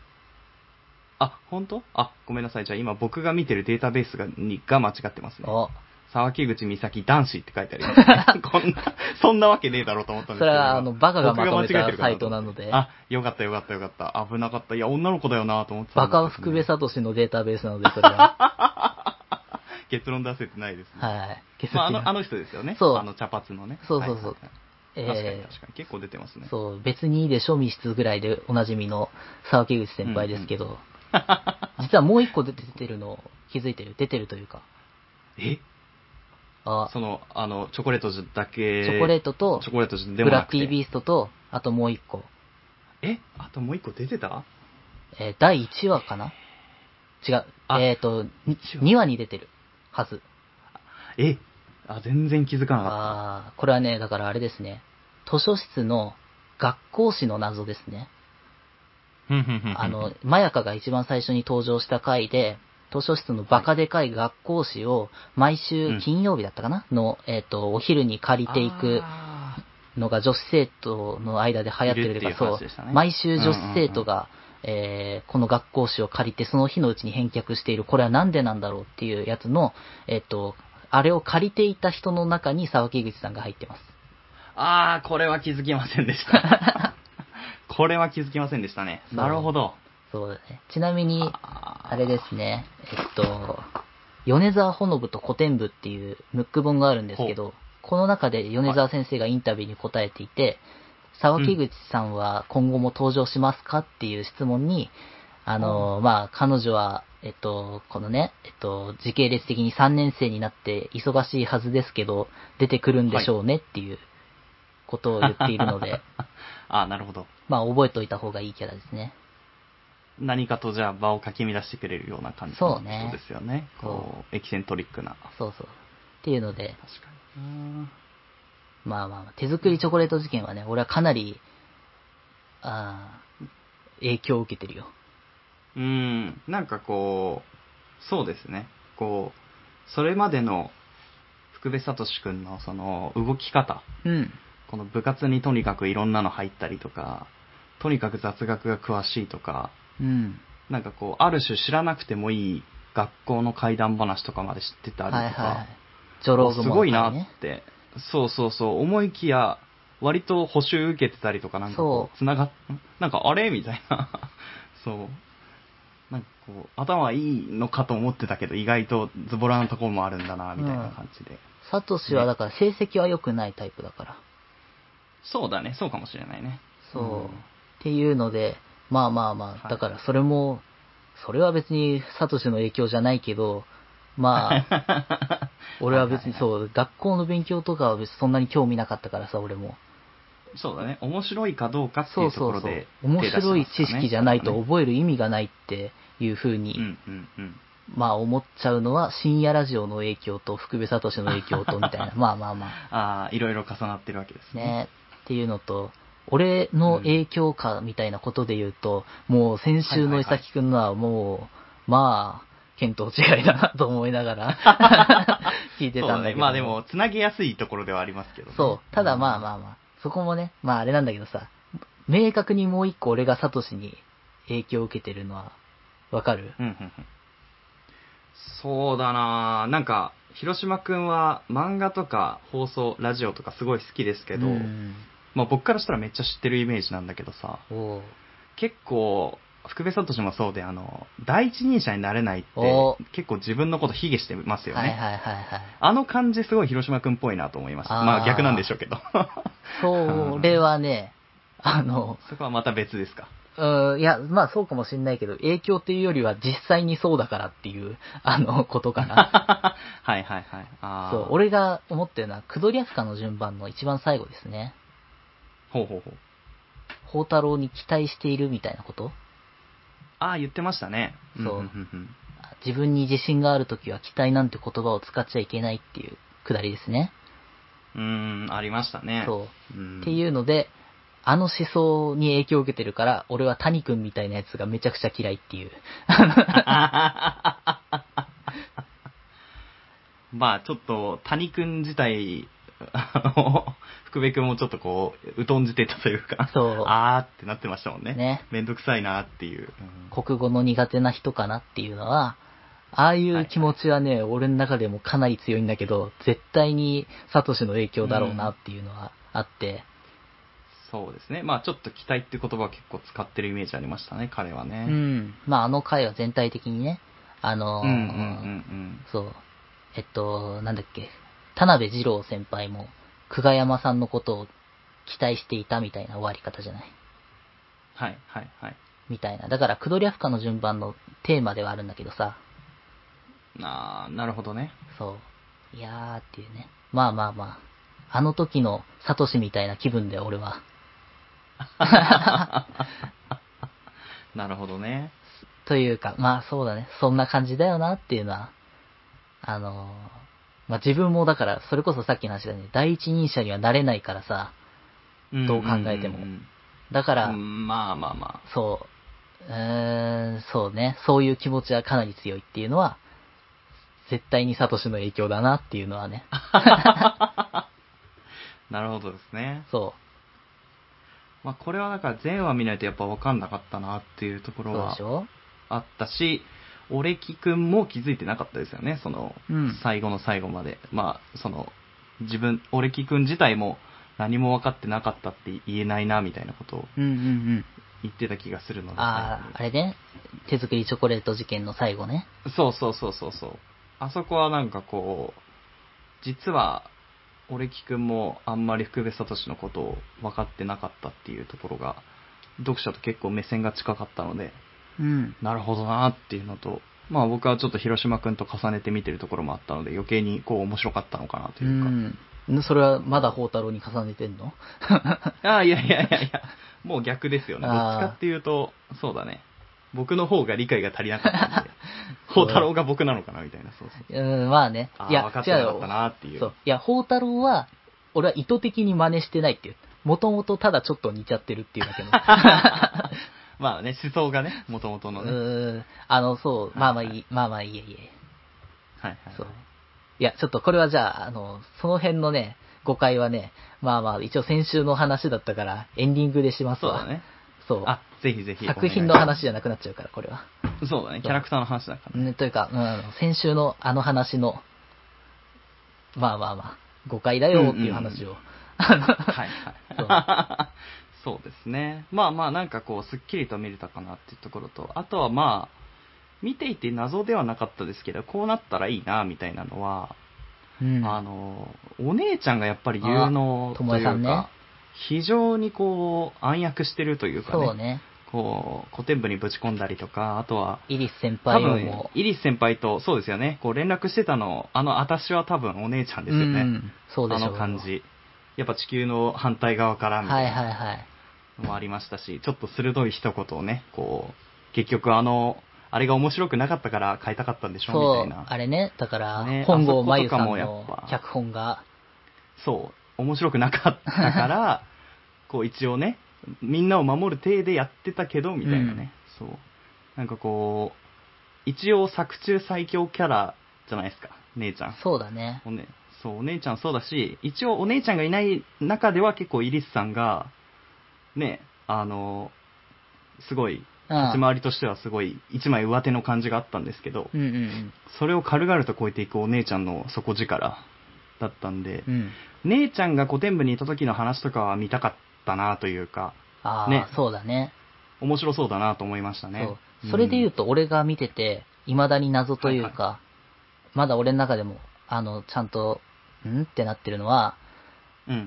Speaker 2: あ、本当？あ、ごめんなさい。じゃあ今僕が見てるデータベースがにが間違ってますね。
Speaker 1: あ、
Speaker 2: 沢木口美咲男子って書いてあります、
Speaker 1: <laughs>
Speaker 2: ね。こんな、そんなわけねえだろうと思ったんです
Speaker 1: そ
Speaker 2: けど。
Speaker 1: れはあ
Speaker 2: 今
Speaker 1: のバカがまとめ
Speaker 2: 僕間違えて
Speaker 1: た
Speaker 2: るか
Speaker 1: サイ
Speaker 2: と思って
Speaker 1: トなので、
Speaker 2: あ、よかったよかったよかった。危なかった。いや、女の子だよなと思ってた
Speaker 1: バ
Speaker 2: んですけど
Speaker 1: カ
Speaker 2: ね、
Speaker 1: 福部聡のデータベースなので、それ
Speaker 2: <laughs>
Speaker 1: は。
Speaker 2: 結論出せてないですね。
Speaker 1: はい。結
Speaker 2: まあ、あ
Speaker 1: 論
Speaker 2: のあの人ですよね。
Speaker 1: そう
Speaker 2: あの茶髪のね。
Speaker 1: そうそうそう
Speaker 2: はいはいはい確かに
Speaker 1: え
Speaker 2: 確かに。結構出てますね
Speaker 1: ー。そう、別にいいでしょ、密室ぐらいでおなじみの沢木口先輩ですけど、 <laughs> 実はもう一個出てるの気づいてる、出てるというか、
Speaker 2: え
Speaker 1: あ、
Speaker 2: その、あの、チョコレートだけ。
Speaker 1: チョコレートと
Speaker 2: チョコレートで
Speaker 1: ブ
Speaker 2: もな
Speaker 1: ラッ
Speaker 2: く
Speaker 1: デ
Speaker 2: て
Speaker 1: ィービーストと、あともう一個、
Speaker 2: えあともう一個出てた
Speaker 1: えー第1話かな違う、
Speaker 2: あ
Speaker 1: えっ、と、
Speaker 2: 一話
Speaker 1: 2話に出てるはず。
Speaker 2: えあ、全然気づかなかっ
Speaker 1: ああ、これはね、だからあれですね。図書室の学校史の謎ですね。
Speaker 2: た。ふんふんふんふん
Speaker 1: あ、の、まやかが一番最初に登場した回で、図書室のバカでかい学校史を毎週金曜日だったかな、の、えっ、と、お昼に借りていく
Speaker 2: あー
Speaker 1: のが女子生徒の間で流行ってるというか、
Speaker 2: いるっていう話
Speaker 1: そ
Speaker 2: でしたね
Speaker 1: う、毎週女子生徒が、えーこの学校誌を借りて、その日のうちに返却している、これはなんでなんだろうっていうやつの、えっ、と、あれを借りていた人の中に沢木口さんが入ってます。
Speaker 2: あー、これは気づきませんで
Speaker 1: <laughs>
Speaker 2: した。これは気づきませんでしたね。
Speaker 1: そう
Speaker 2: なるほど。
Speaker 1: そうだね。ちなみに、
Speaker 2: あ
Speaker 1: あれですね、えっと、米沢ほのぶと古典部っていうムック本があるんですけど、この中で米沢先生がインタビューに答えていて、沢木口さんは今後も登場しますかっていう質問に、あの、まあ、彼女は、えっと、このね、えっと、時系列的に3年生になって忙しい
Speaker 2: <laughs>
Speaker 1: はずですけど、出てくるんでしょうねっていうことを言っているので、
Speaker 2: あ、なるほど。
Speaker 1: まあ、覚えといた方がいいキャラですね。
Speaker 2: 何かとじゃあ場をかき乱してくれるような感じ
Speaker 1: そ
Speaker 2: の
Speaker 1: うね
Speaker 2: 人ですよね。
Speaker 1: そう
Speaker 2: こう、エキセントリックな。
Speaker 1: そうそう。っていうので、
Speaker 2: 確かにな。
Speaker 1: まあまあまあ、手作りチョコレート事件はね、俺はかなり、ああ、影響を受けてるよ。
Speaker 2: うん、なんかこう、そうですね。こう、それまでの福部聡くんのその動き方、
Speaker 1: うん。
Speaker 2: この部活にとにかくいろんなの入ったりとか、とにかく雑学が詳しいとか、
Speaker 1: うん。
Speaker 2: なんかこう、ある種知らなくてもいい学校の怪談話とかまで知ってたりとか、
Speaker 1: はいはい。ジョローグモ
Speaker 2: すごいなって、そうそうそう、思いきや、割と補修受けてたりとか、なんか
Speaker 1: そ
Speaker 2: こ
Speaker 1: う
Speaker 2: う、つながっ、なんかあれみたいな、 <laughs> そう、なんかこう、頭いいのかと思ってたけど、意外とズボラなところもあるんだな、みたいな感じで。
Speaker 1: サトシはだから成績は良くないタイプだから。
Speaker 2: そうだね、そうかもしれないね。
Speaker 1: そう。
Speaker 2: うん
Speaker 1: っていうので、まあまあま
Speaker 2: は
Speaker 1: あ、
Speaker 2: い
Speaker 1: だからそれも、それは別にサトシの影響じゃないけど、
Speaker 2: <laughs>
Speaker 1: まあ、俺は別に
Speaker 2: う。
Speaker 1: そう、学校の勉強とかは別にそんなに興味なかったからさ、俺も。
Speaker 2: <laughs> そうだね、面白いかどうかって
Speaker 1: そ
Speaker 2: いううと
Speaker 1: そ
Speaker 2: こ
Speaker 1: う
Speaker 2: ろ
Speaker 1: そう
Speaker 2: で。
Speaker 1: 面
Speaker 2: 手出しますか
Speaker 1: 白
Speaker 2: ね
Speaker 1: い知識じゃないと覚える意味がないっていうふうに、
Speaker 2: うんうんうん。
Speaker 1: まあ思っちゃうのは深夜ラジオの影響と福部聡の影響とみた
Speaker 2: <laughs>
Speaker 1: いな、まあまあまあ。
Speaker 2: ああ、いろいろ重なってるわけですね。
Speaker 1: ね、っていうのと、俺の影響かみたいなことで言うと、もう先週の伊崎くんのはもう、まあ、見当違いだなと思いながら、 <laughs> 聞いてたんだけど、
Speaker 2: そうねまあでも、つなげやすいところではありますけどね、
Speaker 1: そう、ただまあ
Speaker 2: あ。
Speaker 1: まあまあ、そこもね、まああれなんだけどさ、明確にもう一個俺がサトシに影響を受けてるのは、わかる
Speaker 2: うんうんうんそうだなぁなんか、広島くんは漫画とか放送、ラジオとかすごい好きですけど、
Speaker 1: うん
Speaker 2: まあ僕からしたらめっちゃ知ってるイメージなんだけどさ、
Speaker 1: おう
Speaker 2: 結構、福部聡もそうで、あの、第一人者になれないって
Speaker 1: お、
Speaker 2: 結構自分のこと卑下してますよね。
Speaker 1: はいはいはいはい。
Speaker 2: あの感じすごい広島くんっぽいなと思いました。
Speaker 1: あー
Speaker 2: まあ逆なんでしょうけど。
Speaker 1: そ
Speaker 2: <laughs>
Speaker 1: れはね、あの、
Speaker 2: そこはまた別ですか。
Speaker 1: うん、いや、まあそうかもしれないけど、影響っていうよりは実際にそうだからっていう、あの、ことか
Speaker 2: <laughs>
Speaker 1: な。
Speaker 2: はいはいはい。あー
Speaker 1: そう、俺が思ってるのは、クドリアフカの順番の一番最後ですね。
Speaker 2: ほうほうほう。
Speaker 1: 宝太郎に期待しているみたいなこと
Speaker 2: ああ、言ってましたね。
Speaker 1: そうん
Speaker 2: んん
Speaker 1: 自分に自信があるときは期待なんて言葉を使っちゃいけないっていうくだりですね。
Speaker 2: うん。うーん、ありましたね。。
Speaker 1: そう
Speaker 2: ん、
Speaker 1: っていうので、あの思想に影響を受けてるから、俺は谷君みたいなやつがめちゃくちゃ嫌いっていう。 <laughs>
Speaker 2: まあ、ちょっと、谷くん自体、 <laughs> あの、福部くんもちょっとこう、疎んじてたというか、
Speaker 1: そう
Speaker 2: あーってなってましたもんね。
Speaker 1: ね
Speaker 2: めんどくさいなっていう。うん
Speaker 1: 国語の苦手な人かなっていうのは、ああいう気持ちはね、俺の中でもかなり強いんだけど、絶対にサトシの影響だろうなっていうのはあって、
Speaker 2: そうですね。まあ、ちょっと期待っていう言葉を結構使ってるイメージありましたね、彼は
Speaker 1: う
Speaker 2: ね。
Speaker 1: ん。まあ、あの回は全体的にね、あのー
Speaker 2: うんうんうん
Speaker 1: そう、えっと、なんだっけ、田辺二郎先輩も、久我山さんのことを期待していたみたいな終わり方じゃない。
Speaker 2: はいはいはい。
Speaker 1: みたいな。だから、クドリアフカの順番のテーマではあるんだけどさ、
Speaker 2: あー、なるほど
Speaker 1: <laughs>
Speaker 2: ね。 <laughs>
Speaker 1: そう。いやーっていうね。まあまあまあ。あの時のサトシみたいな気分で俺は。
Speaker 2: なるほどね。
Speaker 1: というか、まあそうだね。そんな感じだよなっていうのは。あのーまあ自分もだから、それこそさっきの話だね。第一人者にはなれないからさ。どう考えても
Speaker 2: うんうんうん
Speaker 1: だから、
Speaker 2: うんまあまあま
Speaker 1: そう。うーん、そうね。そういう気持ちはかなり強いっていうのは、絶対にサトシの影響だなっていうのはね。
Speaker 2: あ。なるほどですね。
Speaker 1: そ
Speaker 2: まあこれはだから全話見ないとやっぱ分かんなかったなっていうとこ
Speaker 1: う。そ
Speaker 2: ろ
Speaker 1: うで
Speaker 2: は
Speaker 1: しょ
Speaker 2: あったし、オレキ君も気づいてなかったですよね、その
Speaker 1: うん、
Speaker 2: 最後の最後まで。まあ、その、自分、オレキ君自体も何も分かってなかったって言えないな、みたいなことを
Speaker 1: うんうんうん。
Speaker 2: 言ってた気がするので。
Speaker 1: ああ、あれね。手作りチョコレート事件の最後ね。
Speaker 2: そうそうそうそうそう。あそこはなんかこう、実は、俺木くんもあんまり福部聡のことを分かってなかったっていうところが、読者と結構目線が近かったので、
Speaker 1: うん。
Speaker 2: なるほどなっていうのと、まあ僕はちょっと広島くんと重ねて見てるところもあったので、余計にこう面白かったのかなと
Speaker 1: う
Speaker 2: いうか。
Speaker 1: ん。んそれはまだ宝太郎に重ねてんの
Speaker 2: <laughs> ああ、いやいやいやいや、もう逆ですよね。どっ
Speaker 1: あー
Speaker 2: ちかっていうと、そうだね。僕の方が理解が足りなかった
Speaker 1: <laughs>
Speaker 2: んで、宝太郎が僕なのかなみたいな、そうそう。
Speaker 1: うん、まあね。
Speaker 2: あ
Speaker 1: い
Speaker 2: あ、
Speaker 1: や
Speaker 2: 分か、って
Speaker 1: じゃ
Speaker 2: なかった
Speaker 1: あ、
Speaker 2: なっていう。
Speaker 1: そう。いや、宝太郎は、俺は意図的に真似してないっていう。もともとただちょっと似ちゃってるっていうだけの。
Speaker 2: <laughs> まあね、思想がね、もともとの <laughs>
Speaker 1: う
Speaker 2: ね。はい
Speaker 1: ーん。あの、そう、まあまあいい、まあまあいいえいい
Speaker 2: はい
Speaker 1: え。そう。いや、ちょっとこれはじゃあ、あの、その辺のね、誤解はね、まあまあ、一応先週の話だったから、エンディングでします
Speaker 2: そう
Speaker 1: わ。
Speaker 2: だね。
Speaker 1: そう。
Speaker 2: あ、ぜひぜひ。
Speaker 1: 作品の話じゃなくなっちゃうから、これは。
Speaker 2: お願いします。そうだね、キャラクターの話だから。
Speaker 1: ね、というか、うん、先週のあの話の、まあまあまあ、誤解だよっていう話を。
Speaker 2: はいはい。 <laughs> そうですね。まあまあ、なんかこう、すっきりと見れたかなっていうところと、あとはまあ、見ていて謎ではなかったですけど、こうなったらいいな、みたいなのは、
Speaker 1: <laughs> うん
Speaker 2: あの、お姉ちゃんがやっぱり有能
Speaker 1: あ
Speaker 2: とい
Speaker 1: 巴さん
Speaker 2: う
Speaker 1: ね
Speaker 2: か、非常にこう、暗躍してるというか
Speaker 1: そう
Speaker 2: ね、
Speaker 1: ね。
Speaker 2: こう、古典部にぶち込んだりとか、あとは、
Speaker 1: イリス先
Speaker 2: 多
Speaker 1: 輩を
Speaker 2: 分
Speaker 1: も、
Speaker 2: イリス先輩と、そうですよね、こう連絡してたの、あの、私は多分お姉ちゃんですよね。
Speaker 1: うんそうで
Speaker 2: あ
Speaker 1: しょう。
Speaker 2: の感。じ。やっぱ地球の反対側から
Speaker 1: はい
Speaker 2: みた
Speaker 1: はいい
Speaker 2: な
Speaker 1: はい。
Speaker 2: のもありましたし、ちょっと鋭い一言をね、こう、結局あの、あれが面白くなかったから変えたかったんでしょ
Speaker 1: そう
Speaker 2: み
Speaker 1: う
Speaker 2: たい、な。
Speaker 1: あれね、だから
Speaker 2: ね、
Speaker 1: 本郷真由
Speaker 2: あ
Speaker 1: さ
Speaker 2: そ
Speaker 1: ん
Speaker 2: ことかもや
Speaker 1: の
Speaker 2: っぱ
Speaker 1: 脚本が、
Speaker 2: そう、面白くなかっ
Speaker 1: <laughs>
Speaker 2: たから、こう一応ね、みんなを守る体でやってたけど、みたいなね。そう。なんかこう、一応作中最強キャラじゃないですか、姉ちゃん。
Speaker 1: そうだね。
Speaker 2: お,、ね、そうお姉ちゃんそうだし、一応お姉ちゃんがいない中では結構イリスさんが、ね、あの、すご
Speaker 1: う
Speaker 2: い、
Speaker 1: ん
Speaker 2: 立ち回りとしてはすごい一枚上手の感じがあったんですけど、
Speaker 1: うんうん
Speaker 2: それを軽々と超えていくお姉ちゃんの底力だったんで
Speaker 1: う、ん。うん。
Speaker 2: 姉ちゃんが古典部にいた時の話とかは見たかったなというか、
Speaker 1: ああ、
Speaker 2: ね
Speaker 1: そうだね。
Speaker 2: 面白そうだなと思いましたね。
Speaker 1: そう。それで言うと、俺が見てて、未だに謎というか、まだ俺の中でも、あの、ちゃんと、んってなってるのは、
Speaker 2: うん、うん。
Speaker 1: え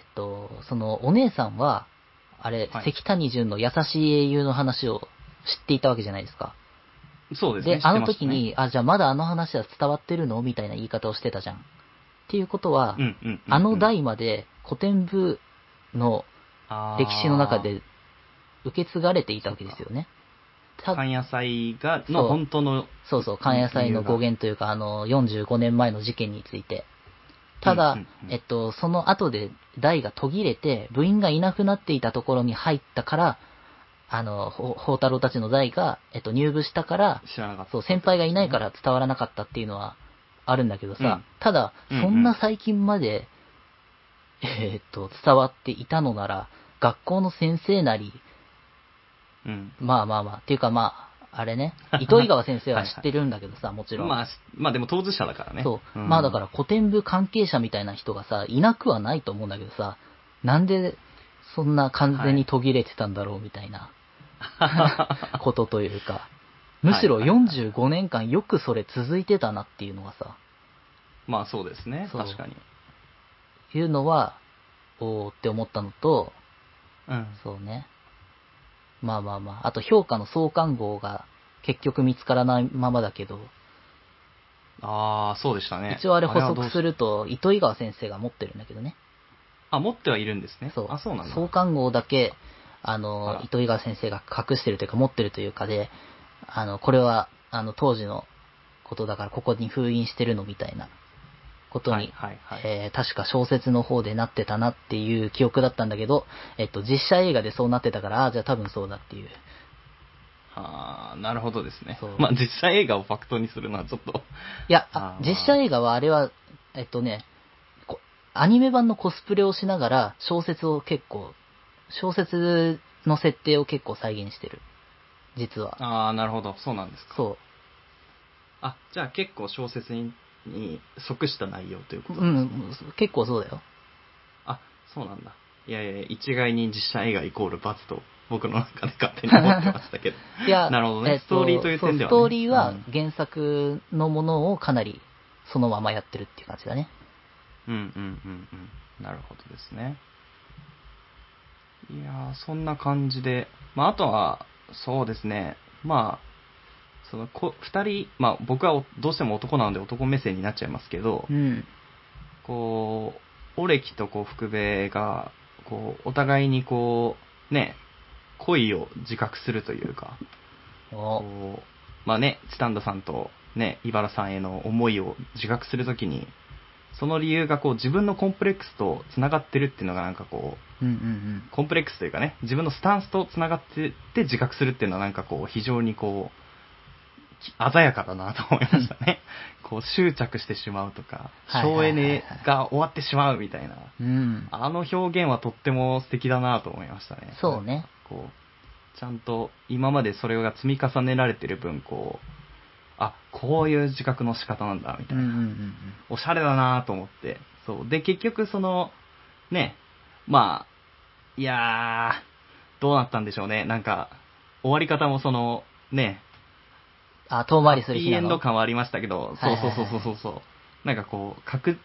Speaker 1: っと、その、お姉さんは、あれ、
Speaker 2: はい
Speaker 1: 関谷淳の優しい英雄の話を知っていたわけじゃないですか。
Speaker 2: そうですね。
Speaker 1: あの
Speaker 2: 知っ
Speaker 1: 時
Speaker 2: てましたね、
Speaker 1: に、あ、じゃあまだあの話は伝わってるのみたいな言い方をしてたじゃん。っていうことは、
Speaker 2: うんうんうんうん
Speaker 1: あの代まで古典部の歴史の中で受け継がれていたわけですよね。た
Speaker 2: 関野菜が、
Speaker 1: そ
Speaker 2: の
Speaker 1: う
Speaker 2: 本当の、
Speaker 1: そうそう、関野菜の語源というか、あの、45年前の事件について。ただ、
Speaker 2: うんうんうん
Speaker 1: えっと、その後で台が途切れて、部員がいなくなっていたところに入ったから、あの、ほ宝太郎たちの台が、えっと、入部したから、
Speaker 2: 知らなかった。
Speaker 1: そう、先輩がいないから伝わらなかったっていうのはあるんだけどさ、
Speaker 2: うん
Speaker 1: ただ
Speaker 2: うんうん、
Speaker 1: そんな最近まで、えーっと、伝わっていたのなら、学校の先生なり、
Speaker 2: うん。
Speaker 1: まあまあまあ、っていうかまあ、あれ
Speaker 2: <laughs>
Speaker 1: ね、糸井川先生は知ってるんだけどさ、もちろん。
Speaker 2: まあ、しまあでも当事者だからね。
Speaker 1: そう。
Speaker 2: ん
Speaker 1: まあだから古典部関係者みたいな人がさ、いなくはないと思うんだけどさ、なんでそんな完全に途切れてたんだろうみたいな、ことというか、むしろ
Speaker 2: はいはいは
Speaker 1: 45年間よくそれ続いてたなっていうのがさ、
Speaker 2: <laughs> まあそうですね。
Speaker 1: そう
Speaker 2: 確かに。
Speaker 1: いうのは、おーって思ったのと、
Speaker 2: うん。
Speaker 1: そうね。まあまあまあ、あと評価の相関号が結局見つからないままだけど、
Speaker 2: ああ、そうでしたね。
Speaker 1: 一応あれ補
Speaker 2: はどう
Speaker 1: 足
Speaker 2: し
Speaker 1: すると、糸井川先生が持ってるんだけどね。
Speaker 2: あ、持ってはいるんですね。
Speaker 1: そう。
Speaker 2: あ、そうなんだ。
Speaker 1: 創刊号だけ、あ
Speaker 2: あ
Speaker 1: の
Speaker 2: ら、
Speaker 1: 糸井川先生が隠してるというか、持ってるというかで、あの、これは、あの、当時のことだから、ここに封印してるのみたいなこと
Speaker 2: はい
Speaker 1: に、
Speaker 2: はいはい。
Speaker 1: えー確か小説の方でなってたなっていう記憶だったんだけど、えっと、実写映画でそうなってたから、ああ、じゃあ多分そうだっていう。
Speaker 2: ああ、なるほどですね
Speaker 1: そう。
Speaker 2: まあ実写映画をファクトにするのはちょっ
Speaker 1: <laughs>
Speaker 2: と。
Speaker 1: いや、あ
Speaker 2: あー
Speaker 1: 実写映画はあれは、えっとね、こアニメ版のコスプレをしながら、小説を結構、小説の設定を結構再現してる。実は。
Speaker 2: ああ、なるほど。そうなんですか。
Speaker 1: そ
Speaker 2: あ、じゃあ結構小説にに即した内容という
Speaker 1: う。
Speaker 2: こ
Speaker 1: う
Speaker 2: となんですね。
Speaker 1: ん、結構そうだよ。
Speaker 2: あ、そうなんだ。いやいや、一概に実写映画イコール罰と、僕の中で勝手に思ってましたけど。
Speaker 1: いや、
Speaker 2: <laughs> なるほどね
Speaker 1: えっ
Speaker 2: ストーリーという点で
Speaker 1: そス
Speaker 2: はね
Speaker 1: トーリー
Speaker 2: う
Speaker 1: は
Speaker 2: ん
Speaker 1: 原作のものをかなりそのままやってるっていう感じだね。
Speaker 2: うんうんうんうん。なるほどですね。いやー、そんな感じで。まあ、あとは、そうですね。まあ、その、こ、二人、まあ、僕はおどうしても男なので男目線になっちゃいますけど
Speaker 1: う、ん。
Speaker 2: こう、オレキとこう福部が、こう、お互いにこう、ね、恋を自覚するというか、
Speaker 1: お
Speaker 2: こうまあね、チタンダさんとね、イバラさんへの思いを自覚するときに、その理由がこう自分のコンプレックスと繋がってるっていうのがなんかこう、
Speaker 1: うんうん
Speaker 2: コンプレックスというかね、自分のスタンスと繋がってって自覚するっていうのはなんかこう、非常にこう、き鮮やかだなと思いましたね。こう、執着してしまうとか、
Speaker 1: はいはい
Speaker 2: 省
Speaker 1: はい
Speaker 2: エ
Speaker 1: はい
Speaker 2: ネが終わってしまうみたいな、
Speaker 1: うん。うん。
Speaker 2: あの表現はとっても素敵だなと思いましたね。
Speaker 1: そうね。
Speaker 2: こう、ちゃんと今までそれが積み重ねられてる分、こう、あ、こういう自覚の仕方なんだ、み
Speaker 1: う
Speaker 2: たい
Speaker 1: んう
Speaker 2: な。
Speaker 1: んうん
Speaker 2: おしゃれだなと思って。そう。で、結局その、ね、まあ、いやー、どうなったんでしょうね。なんか、終わり方もその、ね、
Speaker 1: あ、遠回りする
Speaker 2: い
Speaker 1: 日
Speaker 2: いエ
Speaker 1: な
Speaker 2: ンド
Speaker 1: の。
Speaker 2: 感はありましたけど、そうそうそうそうそうそう。なんかこう、かく、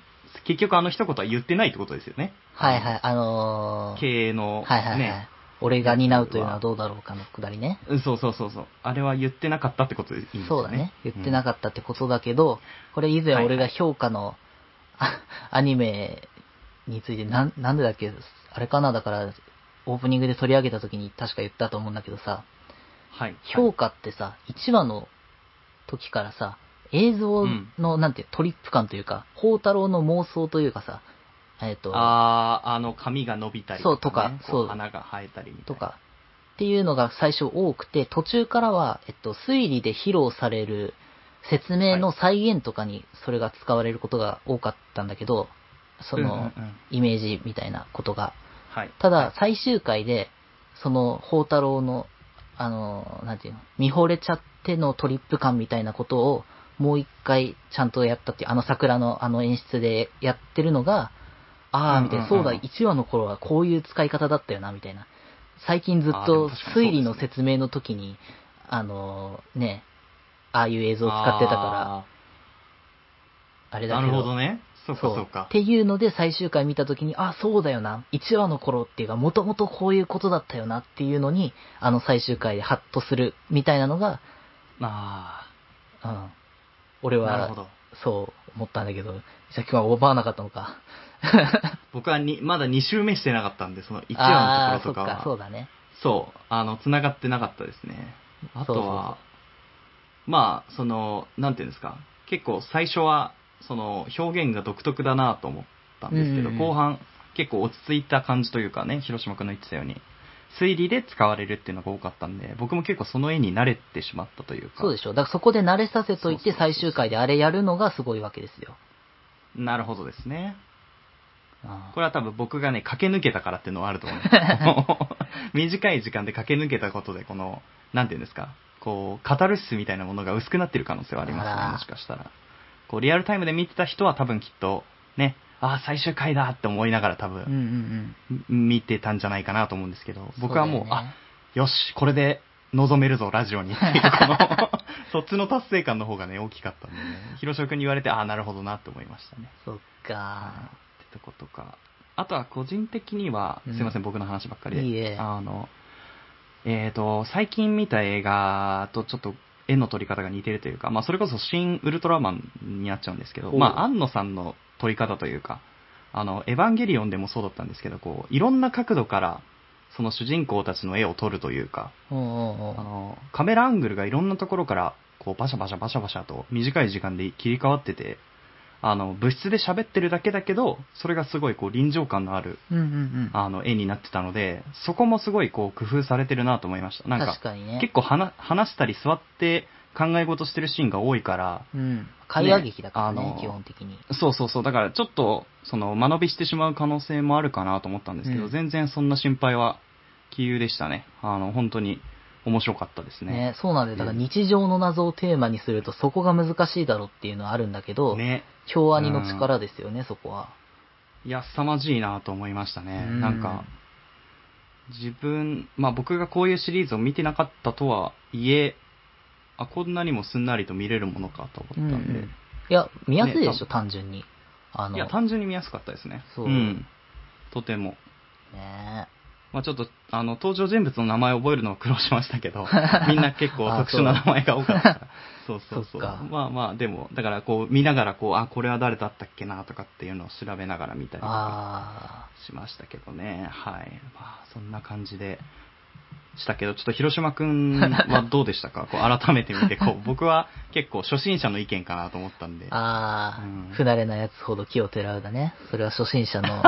Speaker 2: 結局あの一言は言ってないってことですよね。
Speaker 1: はいはい、あのー、
Speaker 2: 経営の、
Speaker 1: はいはいはい、
Speaker 2: ね。
Speaker 1: 俺が担うというのはどうだろうかのくだりね。
Speaker 2: うんそうそうそうそう。あれは言ってなかったってことでいいんですよね。
Speaker 1: そうだね。言ってな
Speaker 2: かっ
Speaker 1: かったってことだけど、これ以前俺が評価の、あアニメについてなん、なんでだっけ、あれかな、だから、オープニングで取り上げた時に確か言ったと思うんだけどさ、
Speaker 2: た。はい。
Speaker 1: 評価ってさ、1話の時からさ、映像の、なんていう、トリップ感というか、宝太郎の妄想というかさ、えっ、と、
Speaker 2: あー、あの、髪が伸びたりね
Speaker 1: そうとかそう
Speaker 2: こ花が生えたりみたいな。
Speaker 1: とか、っていうのが最初多くて、途中からは、えっと、推理で披露される説明の再現とかにそれが使われることが多かったんだけど、そ
Speaker 2: うんうん
Speaker 1: の、
Speaker 2: うん
Speaker 1: イメージみたいなことが。
Speaker 2: はい。
Speaker 1: ただ、最終回で、その、宝太郎の、あの、なんていうの、見惚れちゃってのトリップ感みたいなことを、もう一回ちゃんとやったっていう、あの桜のあの演出でやってるのが、ああ、みたいな、
Speaker 2: うんうん
Speaker 1: そ
Speaker 2: うん
Speaker 1: うだ、1話の頃はこういう使い方だったよな、みたいな。最近ずっ
Speaker 2: あーで
Speaker 1: と
Speaker 2: も確かにそうですね
Speaker 1: 推理の説明の時に、あの、ね、ああいう映像を使ってたから、あれだ
Speaker 2: な
Speaker 1: け
Speaker 2: るほどね。そうか
Speaker 1: そう
Speaker 2: そうか
Speaker 1: っ。ていうので最終回見た時に、あ、そうだよな。1話の頃っていうか、もともとこういうことだったよなっていうのに、あの最終回でハッとするみたいなのが、
Speaker 2: あ
Speaker 1: うん。俺
Speaker 2: あ、なるほ
Speaker 1: は、
Speaker 2: ど。
Speaker 1: そう思ったんだけど、じゃあ今日は思わなかったの
Speaker 2: <laughs>
Speaker 1: か。
Speaker 2: 僕はにまだ2周目してなかったんで、その1話
Speaker 1: あ
Speaker 2: のところ
Speaker 1: あ
Speaker 2: とか
Speaker 1: ー、そっ
Speaker 2: は
Speaker 1: か、そうだね。
Speaker 2: そう、あの、繋がってなかったですね。あ
Speaker 1: そ
Speaker 2: とは、
Speaker 1: うそうそ
Speaker 2: まあ、その、なんていうんですか、結構最初は、その、表現が独特だなと思ったんですけど、
Speaker 1: うんうんうん
Speaker 2: 後半、結構落ち着いた感じというかね、広島君の言ってたように、推理で使われるっていうのが多かったんで、僕も結構その絵に慣れてしまったというか、
Speaker 1: そうでしょ。だからそこで慣れさせとい
Speaker 2: そうそう
Speaker 1: て
Speaker 2: そう
Speaker 1: 最終回であれやるのがすごいわけですよ。
Speaker 2: なるほどですね。
Speaker 1: あ
Speaker 2: これは多分僕がね、駆け抜けたからっていうのはある
Speaker 1: <laughs>
Speaker 2: と思います。短い時間で駆け抜けたことで、この、なんていうんですか、こう、カタルシスみたいなものが薄くなってる可能性はあります
Speaker 1: あら
Speaker 2: ね、もしかしたら。こう、リアルタイムで見てた人は多分きっと、ね、ああ、最終回だって思いながら多
Speaker 1: ーうんう
Speaker 2: 分、
Speaker 1: ん
Speaker 2: 見てたんじゃないかなと思うんですけど
Speaker 1: う、ん。
Speaker 2: 僕はもう、
Speaker 1: そだよね
Speaker 2: あ、よし、これで望めるぞ、ラジオにっていう、この、 <laughs> そっちの達成感の方がね、大きかったんでね、広島君に言われて、ああ、なるほどなって思いましたね。
Speaker 1: そっか。
Speaker 2: ってとことか。あとは個人的には、
Speaker 1: うん
Speaker 2: すいません、僕の話ばっかりで。
Speaker 1: いいえ
Speaker 2: あの、えっ、と、最近見た映画とちょっと絵の撮り方が似てるというか、まあそれこそ新ウルトラマンになっちゃうんですけど、
Speaker 1: おう
Speaker 2: まあ安野さんの撮り方というか、あの、エヴァンゲリオンでもそうだったんですけど、こう、いろんな角度から、その主人公たちの絵を撮るというか、
Speaker 1: おうおう
Speaker 2: あ
Speaker 1: おう
Speaker 2: の、カメラアングルがいろんなところから、こう、バシャバシャバシャバシャと短い時間で切り替わってて、あの、物質で喋ってるだけだけど、それがすごいこう臨場感のある、
Speaker 1: うんうんうん。
Speaker 2: あの、絵になってたので、そこもすごいこう工夫されてるなと思いました。なんか
Speaker 1: 確、かにね。
Speaker 2: 結構話話したり座って考え事してるシーンが多いから、
Speaker 1: うん。会話劇だからね、
Speaker 2: ねあの
Speaker 1: 基本的に。
Speaker 2: そうそうそう、だからちょっと、その、間延びしてしまう可能性もあるかなと思ったんですけど、
Speaker 1: うん
Speaker 2: 全然そんな心配は、杞憂でしたね。あの、本当に面白かったですね。
Speaker 1: ね、そうなんだよ。だから日常の謎をテーマにするとそこが難しいだろうっていうのはあるんだけど、
Speaker 2: ね
Speaker 1: 京アニの力ですよね、そこは。
Speaker 2: いや、凄まじいなと思いましたね。
Speaker 1: うん
Speaker 2: なんか、自分、まあ僕がこういうシリーズを見てなかったとはいえ、あ、こんなにもすんなりと見れるものかと思ったんで、
Speaker 1: いや、見やすいでしょ、
Speaker 2: ね
Speaker 1: 単純に。あの、
Speaker 2: いや、単純に見やすかったですね。。
Speaker 1: そうん
Speaker 2: とても。
Speaker 1: ね
Speaker 2: まあちょっと、あの、登場人物の名前を覚えるのを苦労しましたけど、みんな結構
Speaker 1: あ
Speaker 2: 特殊な名前が多かったから。そうそう
Speaker 1: そ
Speaker 2: そ
Speaker 1: っ
Speaker 2: う。
Speaker 1: か
Speaker 2: まあまあ、でも、だからこう見ながらこう、あ、これは誰だったっけなとかっていうのを調べながら見たりとか
Speaker 1: あ
Speaker 2: しましたけどね。はい。まあ、そんな感じでしたけど、ちょっと広島く
Speaker 1: <laughs>
Speaker 2: んはどうでしたかこう改めて見て、こう、僕は結構初心者の意見かなと思ったんで
Speaker 1: ー。あー、
Speaker 2: うん
Speaker 1: 不慣れなやつほど木をてらうだね。それは初心者
Speaker 2: <laughs>
Speaker 1: の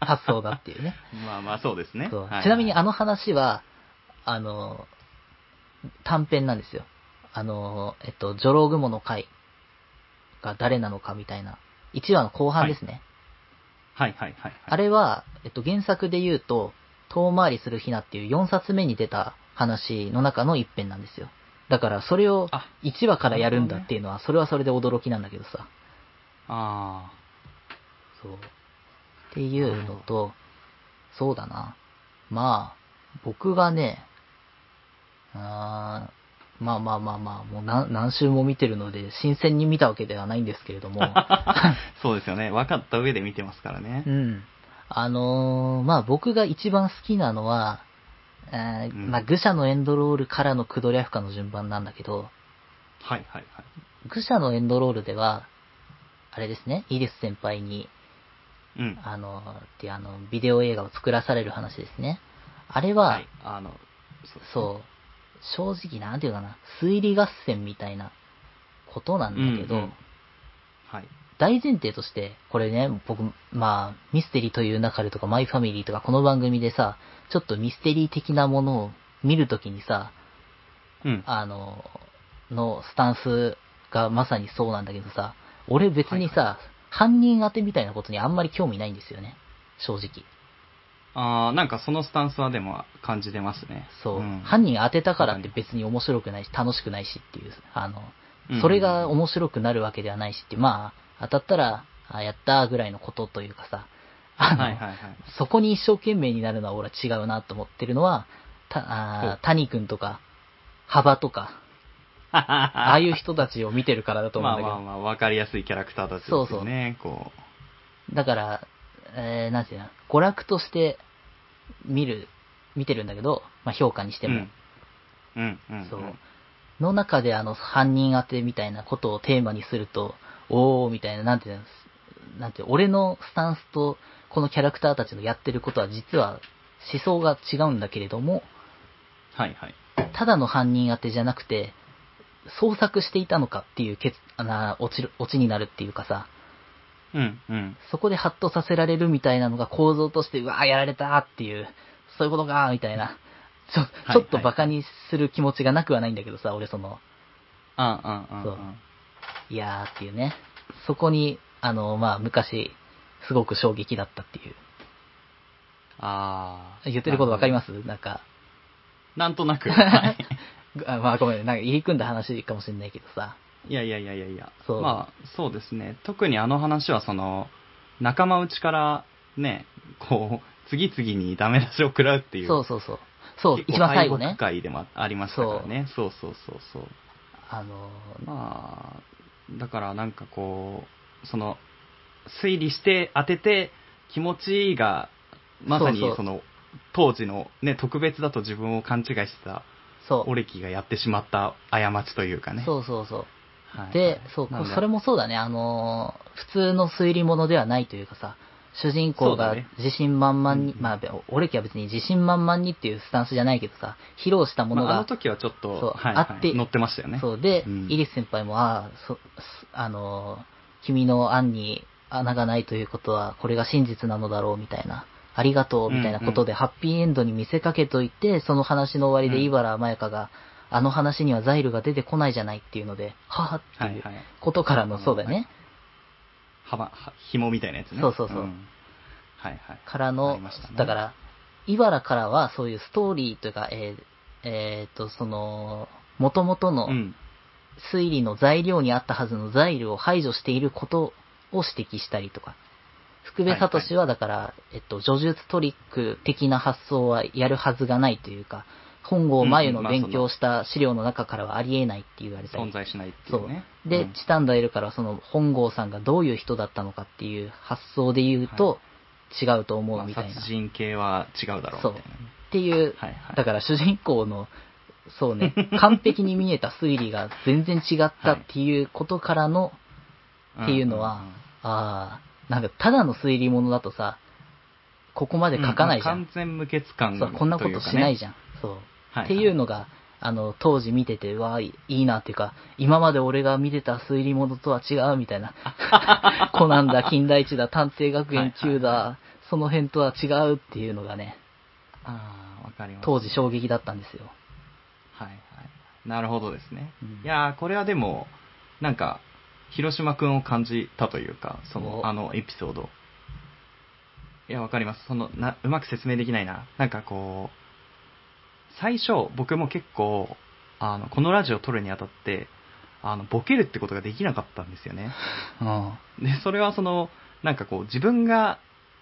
Speaker 1: 発想だっていうね。
Speaker 2: まあまあ、そうですね。
Speaker 1: そう
Speaker 2: はい
Speaker 1: ちなみにあの話は、あの、短編なんですよ。あの、えっと、ジョロウグモの会が誰なのかみたいな。1話の後半ですね。
Speaker 2: はいはいはい。
Speaker 1: あれは、えっと、原作で言うと、遠回りするひなっていう4冊目に出た話の中の一編なんですよ。だから、それを
Speaker 2: あ
Speaker 1: 1話からやるんだっていうのは、それはそれで驚きなんだけどさ。
Speaker 2: あ
Speaker 1: <laughs> そう。っていうのと、そうだな。まあ、僕がね、あーまあまあまあまあ、もう何何週も見てるので、新鮮に見たわけではないんですけれど <laughs> も、
Speaker 2: あ。そうですよね。分かった上で見てますからね
Speaker 1: う。ん。あのーまあ僕が一番好きなのは、えー
Speaker 2: うん
Speaker 1: まあ愚者のエンドロールからのクドリャフカの順番なんだけど、
Speaker 2: はいはいはい。
Speaker 1: 愚者のエンドロールでは、あれですね、イリス先輩に、
Speaker 2: うん。
Speaker 1: あのーっていうあの、ビデオ映画を作らされる話ですね。あれは、
Speaker 2: はい。あの、
Speaker 1: そう、正直なんていうかな、推理合戦みたいなことなんだけど、
Speaker 2: うんうんはい。
Speaker 1: 大前提として、これね、僕、まあ、ミステリーという中でとか、マイファミリーとか、この番組でさ、ちょっとミステリー的なものを見るときにさ、
Speaker 2: うん。
Speaker 1: あの、のスタンスがまさにそうなんだけどさ、俺別にさ、犯人当てみたいなことにあんまり興味ないんですよね。正直。
Speaker 2: ああ、なんかそのスタンスはでも感じてますね。
Speaker 1: そう。
Speaker 2: ん
Speaker 1: 犯人当てたからって別に面白くないし、楽しくないしっていう、あの、
Speaker 2: うん
Speaker 1: それが面白くなるわけではないしって、まあ、当たったら、あやったーぐらいのことというかさ、あの、
Speaker 2: はい
Speaker 1: <laughs>
Speaker 2: はいはい。
Speaker 1: そこに一生懸命になるのは俺は違うなと思ってるのは、た
Speaker 2: ほ
Speaker 1: あ
Speaker 2: う
Speaker 1: ー谷君とか、幅とか、あ
Speaker 2: あ
Speaker 1: あいう人たちを見てるからだと思うん
Speaker 2: ま
Speaker 1: だ
Speaker 2: あ
Speaker 1: けど、
Speaker 2: まあまあ、わかりやすいキャラクターたちですよね。こ
Speaker 1: だから、えー、なんていうの、娯楽として見る、見てるんだけど、まあ、評価にして
Speaker 2: う。う
Speaker 1: も、
Speaker 2: ん。うんうん。。
Speaker 1: そうんの中であの、犯人当てみたいなことをテーマにすると、おーみたいな、なんていうの、なんていうの俺のスタンスと、このキャラクターたちのやってることは実は思想が違うんだけれども、
Speaker 2: はいはい。
Speaker 1: ただの犯人当てじゃなくて、捜索していたのかっていうけつあな落ちる落ちになるっていうかさ、
Speaker 2: うんうん。
Speaker 1: そこでハッとさせられるみたいなのが構造として、うわーやられたーっていう、そういうことかーみたいな、ちょ
Speaker 2: い
Speaker 1: ちょっとバカにする気持ちがなくはないんだけどさ、俺その、
Speaker 2: ああ、ああ、あ
Speaker 1: そう
Speaker 2: あ。
Speaker 1: いやーっていうね、そこに、あの、まあ、昔、すごく衝撃だったっていう。
Speaker 2: ああ。
Speaker 1: 言ってることわかりますすなんか、
Speaker 2: なんと
Speaker 1: <laughs>
Speaker 2: なく。はい
Speaker 1: あまあごめん、なんか入り組んだ話かもしれないけどさ、
Speaker 2: いやいやいやいやいや。
Speaker 1: そう
Speaker 2: まあ、そうですね。特にあの話は、その、仲間内から、ね、こう、次々にダメ出しを食らうっていう。
Speaker 1: そうそうそう、そう、
Speaker 2: 結構
Speaker 1: 一番最後
Speaker 2: 敗
Speaker 1: ね
Speaker 2: 北、会でもありましたからね。そうそうそうそう。
Speaker 1: あの、
Speaker 2: まあ、だからなんかこう、その、推理して当てて気持ちいいが、まさに
Speaker 1: そうそう
Speaker 2: その、当時のね、特別だと自分を勘違いしてた、
Speaker 1: そう、
Speaker 2: オレキがやってしまった過ちというかね。
Speaker 1: そうそうそう。
Speaker 2: はいはい
Speaker 1: で、そう、
Speaker 2: なんで
Speaker 1: それもそうだね、あのー、普通の推理物ではないというかさ、主人公
Speaker 2: そ
Speaker 1: が
Speaker 2: うだね
Speaker 1: 自信満々に、
Speaker 2: うん
Speaker 1: まあ、俺家は別に自信満々にっていうスタンスじゃないけどさ、披露したもの
Speaker 2: まあ、あ
Speaker 1: が
Speaker 2: の、時はちょっ
Speaker 1: そう
Speaker 2: と、はい、
Speaker 1: あ
Speaker 2: は
Speaker 1: っ
Speaker 2: い
Speaker 1: て、
Speaker 2: 乗ってましたよね。
Speaker 1: そうで、
Speaker 2: うん
Speaker 1: イリス先輩も、ああ、そ、すあのー、君の案に穴がないということは、これが真実なのだろう、みたいな。ありがとう、みたいなことで、ハッピーエンドに見せかけといて、その話の終わりで、
Speaker 2: うん
Speaker 1: イバラマヤカが、あの話にはザイルが出てこないじゃないっていうので、ははって
Speaker 2: はい
Speaker 1: いう
Speaker 2: はい。
Speaker 1: ことからの、
Speaker 2: うん
Speaker 1: そうだね。
Speaker 2: 幅、は紐みたいなやつね。
Speaker 1: そうそうそうん
Speaker 2: はいはい。
Speaker 1: から
Speaker 2: あ
Speaker 1: の、
Speaker 2: りましたね
Speaker 1: だから、イバラからはそういうストーリーというか、えーえーと、その、元々
Speaker 2: う
Speaker 1: の
Speaker 2: ん。
Speaker 1: 推理の材料にあったはずの材料を排除していることを指摘したりとか、福部聡はだから、えっと、叙述トリック的な発想はやるはずがないというか、本郷真由の
Speaker 2: うんうんまあ
Speaker 1: 勉強した資料の中からはありえないって言われたり
Speaker 2: 存在しないってい
Speaker 1: そう
Speaker 2: うね。
Speaker 1: う。で、
Speaker 2: ん
Speaker 1: チタンダエルからその本郷さんがどういう人だったのかっていう発想で言うと、違うと思
Speaker 2: ま
Speaker 1: う
Speaker 2: あ
Speaker 1: みたいな。
Speaker 2: 殺人系は違うだろうみたいなね。
Speaker 1: っていう、
Speaker 2: はいはい
Speaker 1: だから主人公のそう
Speaker 2: <laughs>
Speaker 1: ね、完璧に見えた推理が全然違ったっていうことからの、っていうのは、ああ、なんかただの推理物だとさ、ここま
Speaker 2: う
Speaker 1: で
Speaker 2: ん、
Speaker 1: 書かないじゃん。
Speaker 2: うん完全無欠感
Speaker 1: そう、こんなことしないじ
Speaker 2: ゃん。
Speaker 1: ゃん。そう。
Speaker 2: はい
Speaker 1: っていうのが、あの、当時見てて、わあ、いいいなっていうか、今まで俺が見てた推理物とは違うみたい
Speaker 2: <laughs>
Speaker 1: な。コナンだ、金田一だ、探偵学園級だ、その辺とは違うっていうのがね、
Speaker 2: ああ、わかります。
Speaker 1: 当時衝撃だったんですよ。
Speaker 2: はいはい。なるほどですね。
Speaker 1: うん
Speaker 2: いやー、これはでも、なんか、広島くんを感じたというか、その、
Speaker 1: お
Speaker 2: あのエピソード。いや、わかります。その、な、うまく説明できないな。なんかこう、最初、僕も結構、あの、このラジオ撮るにあたって、あの、ボケるってことができなかったんですよね。
Speaker 1: うん。
Speaker 2: で、それはその、なんかこう、自分が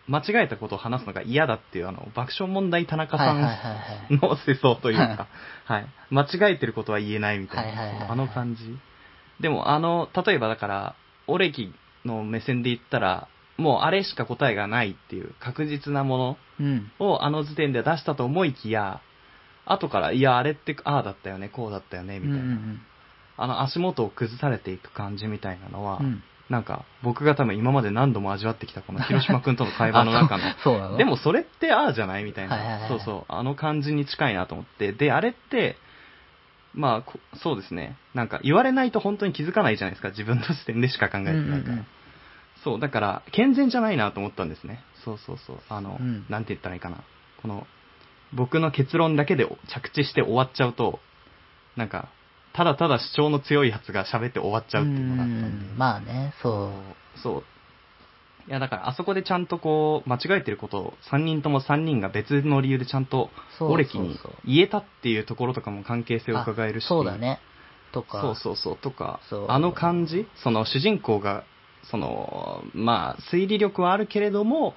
Speaker 2: 間違えたことを話すのが嫌だっていう、あの、爆笑問題田中さ
Speaker 1: はいはい
Speaker 2: ん
Speaker 1: はいはい。
Speaker 2: の世相というか、
Speaker 1: <laughs>
Speaker 2: はい。間違えてることは言えないみたい
Speaker 1: はいはいはいは
Speaker 2: な、
Speaker 1: い
Speaker 2: あの感じ。でも、あの、例えばだから、オレキの目線で言ったら、もうあれしか答えがないっていう確実なも
Speaker 1: うん。
Speaker 2: のをあの時点で出したと思いきや、後から、いや、あれって、ああだったよね、こうだったよね、
Speaker 1: う
Speaker 2: み
Speaker 1: んう
Speaker 2: たいな。
Speaker 1: ん
Speaker 2: あの足元を崩されていく感じみたいなのは、
Speaker 1: うん。
Speaker 2: なんか、僕が多分今まで何度も味わってきた
Speaker 1: <laughs>
Speaker 2: この広島くんとの会話の中の、
Speaker 1: あそうそうなの
Speaker 2: でもそれってああじゃないみたい
Speaker 1: はいはいは
Speaker 2: な。
Speaker 1: い
Speaker 2: そうそう。あの感じに近いなと思って。で、あれって、まあ、こそうですね。なんか言われないと本当に気づかないじゃないですか。自分の視点でしか考えてないから。
Speaker 1: うんうんうん
Speaker 2: そう、だから、健全じゃないなと思ったんですね。そうそうそう。あの、
Speaker 1: うん
Speaker 2: なんて言ったらいいかな。この、僕の結論だけで着地して終わっちゃうと、なんか、ただただ主張の強いやつが喋って終わっちゃうっていうのがあったんで。
Speaker 1: うんまあね、そう。
Speaker 2: そう。いや、だから、あそこでちゃんとこう、間違えてることを、3人とも3人が別の理由でちゃんと、
Speaker 1: そうそうそう
Speaker 2: オレキに言えたっていうところとかも関係性を伺えるし。
Speaker 1: あそうだ。ね。とか。
Speaker 2: そうそうそう。とか
Speaker 1: そう、
Speaker 2: あの感じ、その主人公が、その、まあ、推理力はあるけれども、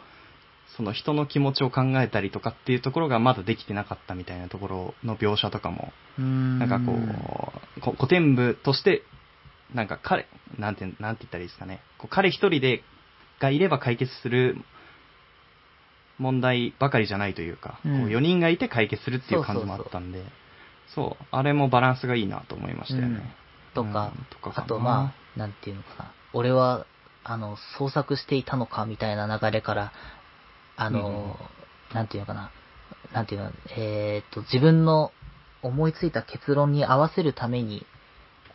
Speaker 2: その人の気持ちを考えたりとかっていうところがまだできてなかったみたいなところの描写とかも
Speaker 1: うーん。
Speaker 2: なんかこう、こ古典部として、なんか彼、なんて、なんて言ったらいいですかね。こう彼一人で、がいれば解決する問題ばかりじゃないというか、
Speaker 1: うん
Speaker 2: こう4人がいて解決するっていう感じもあったんで、そうあれもバランスがいいなと思いました
Speaker 1: う
Speaker 2: よ
Speaker 1: ん
Speaker 2: ね。
Speaker 1: とか
Speaker 2: うん、とかか
Speaker 1: あ
Speaker 2: な
Speaker 1: とまあ、なんていうのかな、俺は、あの、創作していたのかみたいな流れから、あの、なんていうのかな、なんていうの、えーっと、自分の思いついた結論に合わせるために、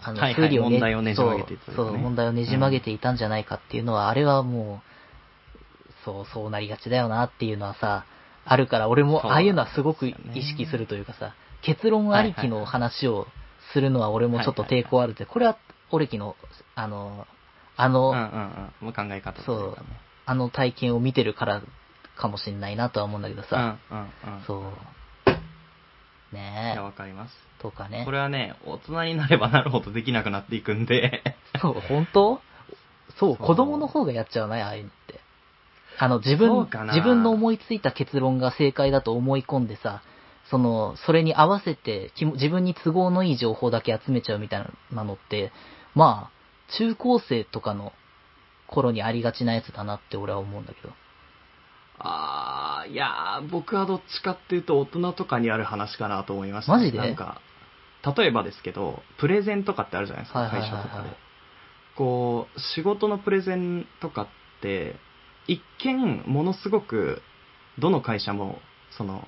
Speaker 1: あ
Speaker 2: はいはい問題をねじ曲げていった
Speaker 1: そ
Speaker 2: ん
Speaker 1: う
Speaker 2: です
Speaker 1: そ
Speaker 2: ね
Speaker 1: う、問題をねじ曲げていたんじゃないかっていうのは、あれはもう、そう、そうなりがちだよなっていうのはさ、あるから、俺
Speaker 2: そ
Speaker 1: も
Speaker 2: う
Speaker 1: ああいうのはすごく
Speaker 2: なん
Speaker 1: 意
Speaker 2: ですよね
Speaker 1: 識するというかさ、結論ありきの話をするのは俺もちょっと抵抗あるって、これはオレキの、あの、あ
Speaker 2: う
Speaker 1: の、
Speaker 2: んうんうん。もう考え方というかね。
Speaker 1: あの体験を見てるからかもしんないなとは思うんだけど
Speaker 2: うん
Speaker 1: さ、
Speaker 2: うんうん。
Speaker 1: そう。
Speaker 2: い
Speaker 1: ね
Speaker 2: や、わかります。
Speaker 1: え、とかね
Speaker 2: こ。れはね、大人になればなるほどできなくなっていくんで、
Speaker 1: <laughs> そう、本当そう
Speaker 2: そう
Speaker 1: 子供の方がやっちゃうないああいうのって。あの、自
Speaker 2: そ
Speaker 1: 分
Speaker 2: うか、な
Speaker 1: 自分の思いついた結論が正解だと思い込んでさ、その、それに合わせて、きも自分に都合のいい情報だけ集めちゃうみたいなのって、まあ、中高生とかの頃にありがちなやつだなって俺は思うんだけど。
Speaker 2: あー、いやー、僕はどっちかっていうと大人とかにある話かなと思いました、
Speaker 1: マジで
Speaker 2: なんか、例えばですけど、プレゼンとかってあるじゃないですか、
Speaker 1: はいはい
Speaker 2: 会
Speaker 1: はいは
Speaker 2: 社
Speaker 1: い
Speaker 2: とかで。こう、仕事のプレゼンとかって、一見、ものすごく、どの会社も、その、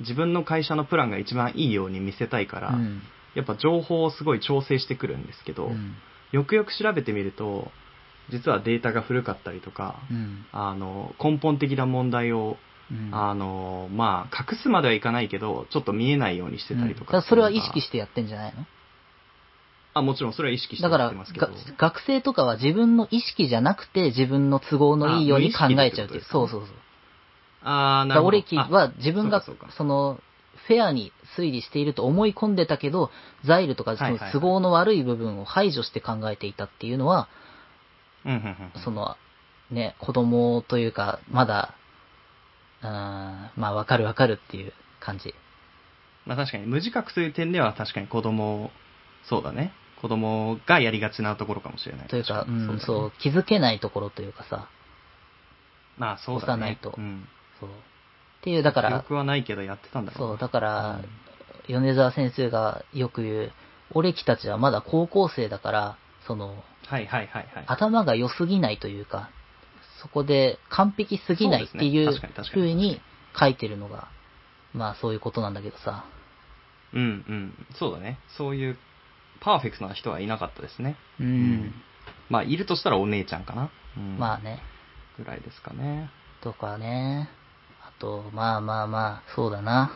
Speaker 2: 自分の会社のプランが一番いいように見せたいから、
Speaker 1: うん。
Speaker 2: やっぱ情報をすごい調整してくるんですけど、
Speaker 1: うん
Speaker 2: よくよく調べてみると、実はデータが古かったりとか、
Speaker 1: うん。
Speaker 2: あの、根本的な問題を
Speaker 1: うん
Speaker 2: あのまあ、隠すまではいかないけど、ちょっと見えないようにしてたりと
Speaker 1: うんだ
Speaker 2: か。
Speaker 1: らそれは意識
Speaker 2: て。
Speaker 1: してやってんじゃないの
Speaker 2: あ、もちろんそれは意識して
Speaker 1: だか
Speaker 2: や
Speaker 1: ら
Speaker 2: ってますけど
Speaker 1: が。学生とかは自分の意識じゃなくて自分の都合のいいように考えちゃうっていう。
Speaker 2: あ
Speaker 1: そう
Speaker 2: 無意識って
Speaker 1: そうそう。
Speaker 2: あー
Speaker 1: だから
Speaker 2: なるほど。
Speaker 1: 俺キは自分が
Speaker 2: そうかそうか
Speaker 1: そのフェアに推理していると思い込んでたけど、ザイルとかそ
Speaker 2: はい
Speaker 1: の
Speaker 2: はいはい
Speaker 1: 都合の悪い部分を排除して考えていたっていうのは、
Speaker 2: あうんうんうん。
Speaker 1: そのね、子供というか、まだ、うーん、まあわかるわかるっていう感じ。
Speaker 2: まあ確かに、無自覚という点では確かに子供、そうだね。子供がやりがちなところかもしれない。
Speaker 1: というか、
Speaker 2: 確
Speaker 1: う
Speaker 2: に
Speaker 1: ん、
Speaker 2: だね
Speaker 1: そう、気づけないところというかさ、
Speaker 2: まあそうだね。
Speaker 1: 幼いと
Speaker 2: うん。
Speaker 1: そう。っていう、だから
Speaker 2: 記、憶はないけどやってたんだろ
Speaker 1: そうう、だから、米沢先生がよく言う、俺きたちはまだ高校生だから、その、
Speaker 2: はいはいはいはい。
Speaker 1: 頭が良すぎないというか、そこで完璧すぎないってい
Speaker 2: そう
Speaker 1: う
Speaker 2: ですね確かに確かに
Speaker 1: 風に書いてるのが、まあそういうことなんだけどさ。
Speaker 2: うんうん。そうだね。そういう、パーフェクトな人はいなかったですね。
Speaker 1: う。
Speaker 2: うんまあ、いるとしたらお姉ちゃんかな。うん、
Speaker 1: まあね。
Speaker 2: ぐらいですかね。
Speaker 1: とかね。あと、まあまあまあ、そうだな。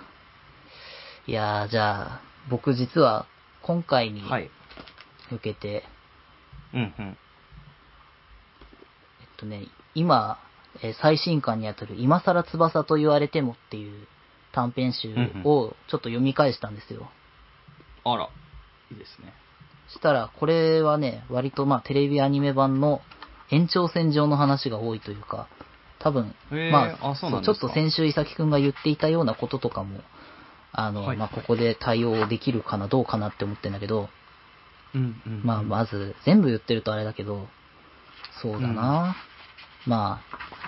Speaker 1: いやー、じゃあ、僕実は今回に
Speaker 2: はい。
Speaker 1: 向けて、
Speaker 2: うんうん。
Speaker 1: えっとね、今、えー最新刊にあたる今更翼と言われてもっていう短編集をちょっと読み返したんですよ。
Speaker 2: あら、いいですね。
Speaker 1: したら、これはね、割とまあテレビアニメ版の延長線上の話が多いというか、多分、
Speaker 2: へー
Speaker 1: ま
Speaker 2: あそうなん
Speaker 1: ち
Speaker 2: で
Speaker 1: ょ
Speaker 2: す
Speaker 1: っ
Speaker 2: か
Speaker 1: と先週伊崎くんが言っていたようなこととかも、あの、
Speaker 2: はい
Speaker 1: まあここで対応できるかな、どうかなって思ってんだけど、
Speaker 2: うんうん。
Speaker 1: まあまず、全部言ってるとあれだけど、そうだな、まあ、ま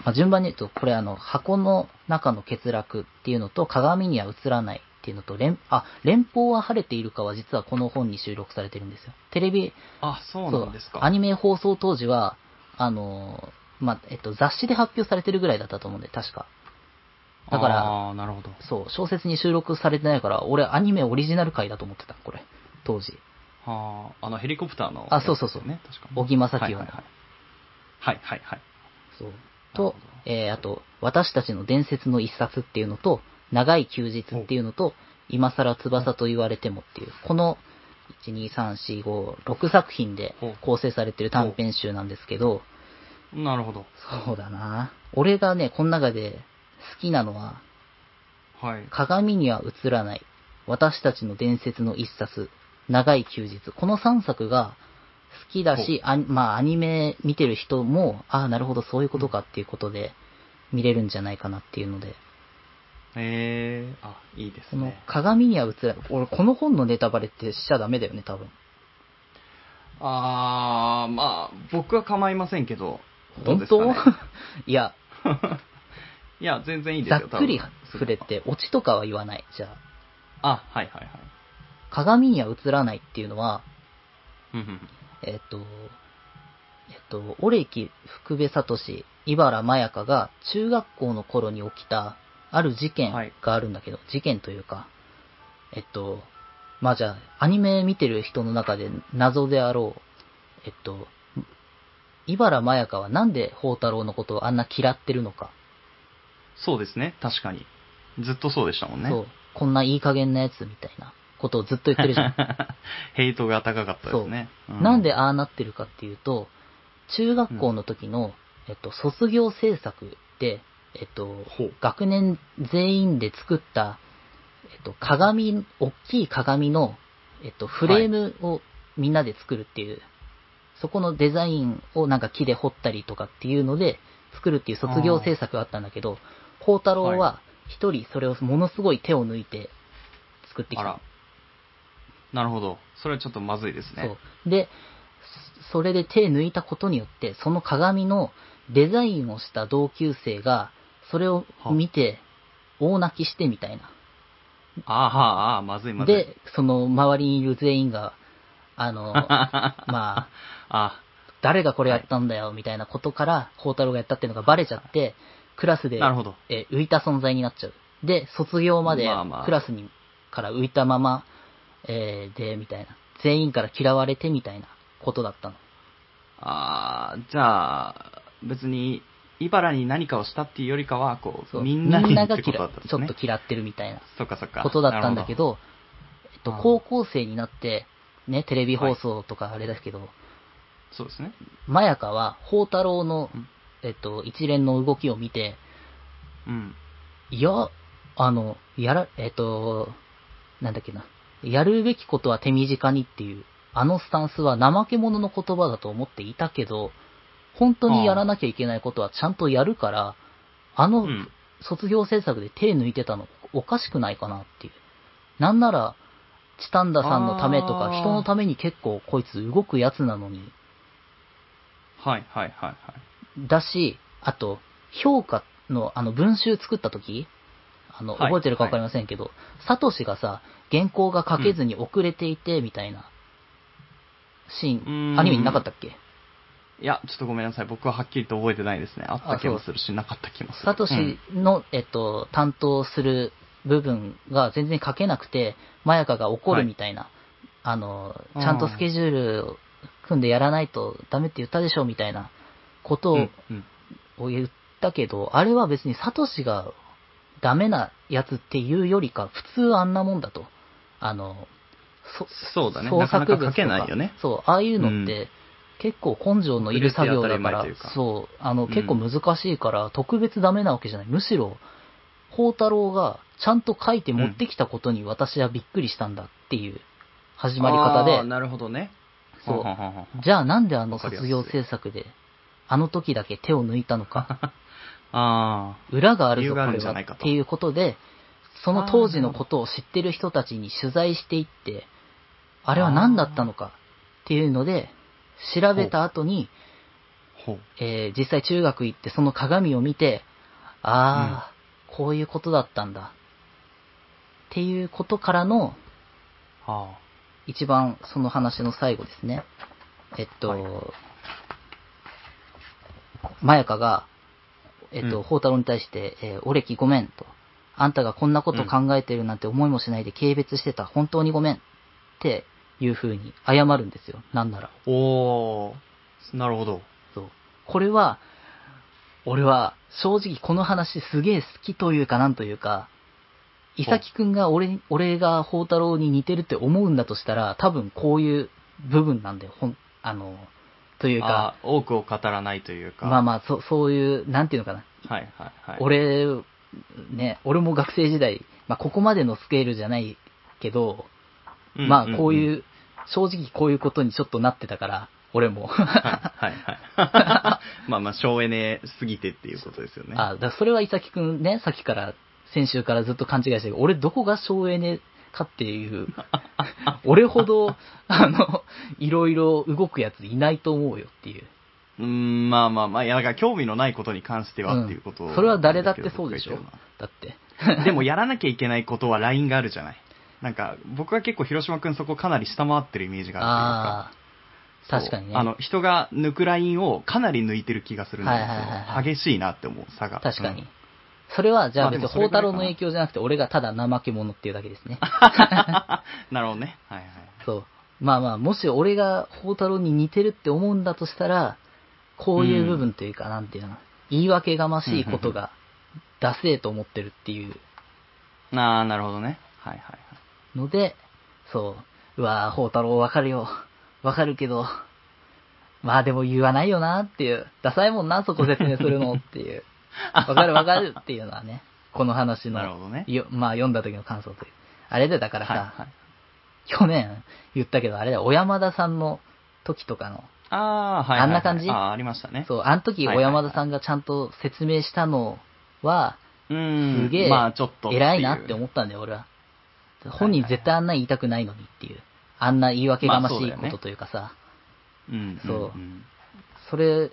Speaker 1: あ順番に言うと、これあの、箱の中の欠落っていうのと、鏡には映らないっていうのと、連、あ、連邦は晴れているかは実はこの本に収録されてるんですよ。テレビ、
Speaker 2: あ、そうなんです
Speaker 1: ア
Speaker 2: か。
Speaker 1: ニメ放送当時は、あの、まあ、えっと、雑誌で発表されてるぐらいだったと思うんで、確か。だから
Speaker 2: ああ、なるほど。
Speaker 1: そう、小説に収録されてないから、俺アニメオリジナル回だと思ってた、これ。当時。
Speaker 2: はあ、あのヘリコプターの、
Speaker 1: あそうそうそう
Speaker 2: ね、確かに。
Speaker 1: 小木正清の
Speaker 2: はいはいはい。はいはいはい。
Speaker 1: そう。
Speaker 2: なる
Speaker 1: と
Speaker 2: ほ、
Speaker 1: えーあと、私たちの伝説の一冊っていうのと、長い休日っていうのと、今更翼と言われてもっていう、この、1、2、3、4、5、6作品で
Speaker 2: ほう
Speaker 1: 構成されてる短編集なんですけど、
Speaker 2: なるほど。
Speaker 1: そうだな俺がね、この中で好きなのは、
Speaker 2: はい。
Speaker 1: 鏡には映らない、私たちの伝説の一冊、長い休日。この3作が好きだし、あまあアニメ見てる人も、ああ、なるほど、そういうことかっていうことで見れるんじゃないかなっていうので、
Speaker 2: えー、あ、いいです
Speaker 1: この
Speaker 2: ね。
Speaker 1: 鏡には映らない、俺この本のネタバレってしちゃダメだよね、多分。
Speaker 2: あー、まあ、僕は構いませんけど、どう
Speaker 1: 本
Speaker 2: ですか
Speaker 1: 当、 <laughs>
Speaker 2: ね、 <laughs>
Speaker 1: いや、
Speaker 2: いや、全然いいです
Speaker 1: ざ
Speaker 2: よ
Speaker 1: っ、くり
Speaker 2: 多分
Speaker 1: 触れ。て、オチとかは言わない。じゃあ、
Speaker 2: あ、はいはいはい。
Speaker 1: 鏡には映らないっていうのは、
Speaker 2: うんうん
Speaker 1: えっと、えっと、オレキ福部聡、茨まやかが中学校の頃に起きた、ある事件
Speaker 2: はい
Speaker 1: があるんだけど、事件というか、えっと、まあじゃあ、アニメ見てる人の中で謎であろう、えっと、茨まやかはなんで宝太郎のことをあんな嫌ってるのか、
Speaker 2: そうですね、確かに。ずっとそうでしたもんね。
Speaker 1: そう、こんないい加減なやつみたいなことをずっと言ってるじゃん。
Speaker 2: <laughs> ヘイトが高かったですね。う
Speaker 1: なんでああなってるかっていうと、中学校の時の、えっと、卒業制作で、えっと
Speaker 2: ほう、
Speaker 1: 学年全員で作った、えっと、鏡、大きい鏡の、えっと、フレームをみんなで作るっていう、そこのデザインをなんか木で彫ったりとかっていうので作るっていう卒業制作があったんだけど、宝太郎は一人それをものすごい手を抜いて作ってき
Speaker 2: あ
Speaker 1: た。
Speaker 2: ら。なるほど。それはちょっとまずいですね。
Speaker 1: そう。で、そそれで手抜いたことによって、その鏡のデザインをした同級生が、それを見て、大泣きしてみたいな。
Speaker 2: あーはーあー、まずいまずい。 <laughs>
Speaker 1: で、その周りにいる全員が、あの、まあ、
Speaker 2: あ、
Speaker 1: 誰がこれやったんだよ、みたいなことから、孝太郎がやったっていうのがバレちゃって、クラスで、
Speaker 2: なるほど
Speaker 1: え浮いた存在になっちゃう。で、卒業まで
Speaker 2: まあまあ
Speaker 1: クラスにから浮いたまま、えーで、みたいな。全員から嫌われてみたいなことだったの。
Speaker 2: あーじゃあ、別に、茨に何かをしたっていうよりかは、こう、
Speaker 1: そう
Speaker 2: みんなに
Speaker 1: が
Speaker 2: ってこと
Speaker 1: 嫌
Speaker 2: だ
Speaker 1: い
Speaker 2: ったんで
Speaker 1: ち
Speaker 2: す
Speaker 1: ょ
Speaker 2: ね。
Speaker 1: っと嫌ってるみたいな
Speaker 2: そっかそっか。
Speaker 1: ことだったんだけ
Speaker 2: なる
Speaker 1: ど、えっと、
Speaker 2: あー
Speaker 1: 高校生になって、ね、テレビ放送とかあれだけど、
Speaker 2: ほど。そうですね。
Speaker 1: まやかは、宝太郎の
Speaker 2: うん、
Speaker 1: えっと、一連の動きを見て、
Speaker 2: うん。
Speaker 1: いや、あの、やら、えっと、なんだっけな、やるべきことは手短にっていう、あのスタンスは怠け者の言葉だと思っていたけど、本当にやらなきゃいけないことはちゃんとやるから、あの
Speaker 2: うん
Speaker 1: 卒業制作で手抜いてたのおかしくないかなっていう。なんなら、チタンダさんのためとか
Speaker 2: あ、ー
Speaker 1: 人のために結構こいつ動くやつなのに、
Speaker 2: はいはいはいはい。
Speaker 1: だし、あと、評価の、あの、文集作った時あの、
Speaker 2: はい
Speaker 1: 覚えてるかわかりませんけど、サトシがさ、原稿が書けずに遅れていて、みたいな、シー
Speaker 2: う
Speaker 1: ン、
Speaker 2: ん
Speaker 1: アニメになかったっけ
Speaker 2: いや、ちょっとごめんなさい。僕ははっきりと覚えてないですね。あった気もするし、なかった気もする。
Speaker 1: サト
Speaker 2: う
Speaker 1: シ
Speaker 2: ん
Speaker 1: の、えっと、担当する部分が全然書けなくて、まやかが怒るみたいな、あの、ちゃんとスケジュールを組んでやらないとダメって言ったでしょ、みたいなことを
Speaker 2: うんうん
Speaker 1: を言ったけど、あれは別にサトシがダメなやつっていうよりか、普通あんなもんだと。あの、そ
Speaker 2: そうだね。
Speaker 1: 創
Speaker 2: なかなか
Speaker 1: 作物
Speaker 2: 書
Speaker 1: と
Speaker 2: け
Speaker 1: か
Speaker 2: ないよね。
Speaker 1: そう、ああいうのっ
Speaker 2: う
Speaker 1: て、結構根性のいる作業だから、
Speaker 2: 遅れて当たり前というか
Speaker 1: そう、あの、
Speaker 2: うん
Speaker 1: 結構難しいから、特別ダメなわけじゃない。むしろ、宝太郎がちゃんと書いて持ってきたことに私はびっくりしたんだっていう始まり方で、
Speaker 2: あーなるほどね。
Speaker 1: そう
Speaker 2: はんはんはんはん
Speaker 1: じゃあなんであの
Speaker 2: わかりや
Speaker 1: 卒
Speaker 2: すい
Speaker 1: 業制作で、あの時だけ手を抜いたのか。
Speaker 2: <laughs> あ
Speaker 1: 裏がある
Speaker 2: 理
Speaker 1: ぞ、
Speaker 2: 由
Speaker 1: こ
Speaker 2: がある
Speaker 1: れ
Speaker 2: んじゃ
Speaker 1: は。
Speaker 2: ないか
Speaker 1: っ
Speaker 2: と
Speaker 1: ていうことで、その当時のことを知ってる人たちに取材していって、あれは何だったのかっていうので、調べた後に、
Speaker 2: ーほう。
Speaker 1: えー実際中学行ってその鏡を見て、ああ、こういうことだったんだ。っていうことからの、
Speaker 2: あ
Speaker 1: 一番その話の最後ですね。えっと、
Speaker 2: はい
Speaker 1: まやかが、えっ
Speaker 2: う
Speaker 1: と、宝、
Speaker 2: ん
Speaker 1: 太郎に対して、えー、オレキごめんと。あんたがこんなこと考えてるなんて思いもしないで軽蔑してた、本当にごめん。っていう風に謝るんですよ。なんなら。
Speaker 2: ーおー。なるほど。
Speaker 1: そう。これは、俺は正直この話すげえ好きというかなんというか、伊崎くんが俺に、俺が宝太郎に似てるって思うんだとしたら、多分こういう部分なんだよ、ほん、あの、というか、
Speaker 2: あー多くを語らないというか。
Speaker 1: まあまあ、そそういう、なんていうのかな、
Speaker 2: はいはいはい。、。
Speaker 1: 俺、ね、俺も学生時代、まあここまでのスケールじゃないけど、まあこういうう、正直こういうことにちょっとなってたから、俺 <laughs> も。
Speaker 2: はいはいはい。 <laughs> まあまあ、省エネすぎてっていうことですよね。
Speaker 1: あ、だからそれは伊崎くんね、さっきから、先週からずっと勘違いしてるけど俺どこが省エネかって
Speaker 2: <laughs>
Speaker 1: いう、俺ほど、あの、いろいろ動くやついないと思うよっていう。
Speaker 2: うーん、まあまあまあ、いや、だから興味のないことに関してはっていうこと、
Speaker 1: んそれは誰だってそうでしょ
Speaker 2: 僕が言ってるのは
Speaker 1: だって。
Speaker 2: <laughs> でもやらなきゃいけないことはラインがあるじゃない。なんか、僕は結構広島くんそこかなり下回ってるイメージがある
Speaker 1: ああ、
Speaker 2: とい
Speaker 1: 確
Speaker 2: うか。
Speaker 1: かに
Speaker 2: そう
Speaker 1: ね。
Speaker 2: あの、人が抜くラインをかなり抜いてる気がするんですよ。
Speaker 1: はいはいはいはい
Speaker 2: 激しいなって思う、差が。
Speaker 1: 確か
Speaker 2: う
Speaker 1: に
Speaker 2: ん。
Speaker 1: それは、じゃ
Speaker 2: ま
Speaker 1: あ
Speaker 2: あで
Speaker 1: 別
Speaker 2: も
Speaker 1: に、
Speaker 2: そ
Speaker 1: 宝太
Speaker 2: れぐらいかな
Speaker 1: 郎の影響じゃなくて、俺がただ怠け者っていうだけですね。
Speaker 2: なるほどね。はいはい。
Speaker 1: そう。まあまあ、もし俺が宝太郎に似てるって思うんだとしたら、こういう部分というか、なんていうの、言い訳がましいことが、ダセえと思ってるっていう
Speaker 2: ああ、なるほどね。はいはいはい。
Speaker 1: ので、そう、うわぁ、宝太郎わかるよ。わかるけど、まあでも言わないよなっていう、ダサいもんな、そこ説明するのっていう。わかるわかるっていうのはね、この話の、
Speaker 2: なるほどね
Speaker 1: よまあ読んだ時の感想という。あれでだからさ、
Speaker 2: はいはい、
Speaker 1: 去年言ったけど、あれだよ、小山田さんの時とかの、
Speaker 2: ああ、はいはいはい。
Speaker 1: あんな感じ
Speaker 2: ああ、ありましたね。
Speaker 1: そう、あの時
Speaker 2: は
Speaker 1: 小
Speaker 2: いはいはい
Speaker 1: 山田さんがちゃんと説明したのは、
Speaker 2: うーん。
Speaker 1: すげえ
Speaker 2: まあちょっとっていう。
Speaker 1: 偉いなって思ったんだよ、俺は。本人絶対あんな言いたくないのにっていう。あんな言い訳がましい
Speaker 2: まあそう
Speaker 1: こ
Speaker 2: だよ
Speaker 1: と
Speaker 2: ね
Speaker 1: というかさ、
Speaker 2: うんうんうん。
Speaker 1: そうそれ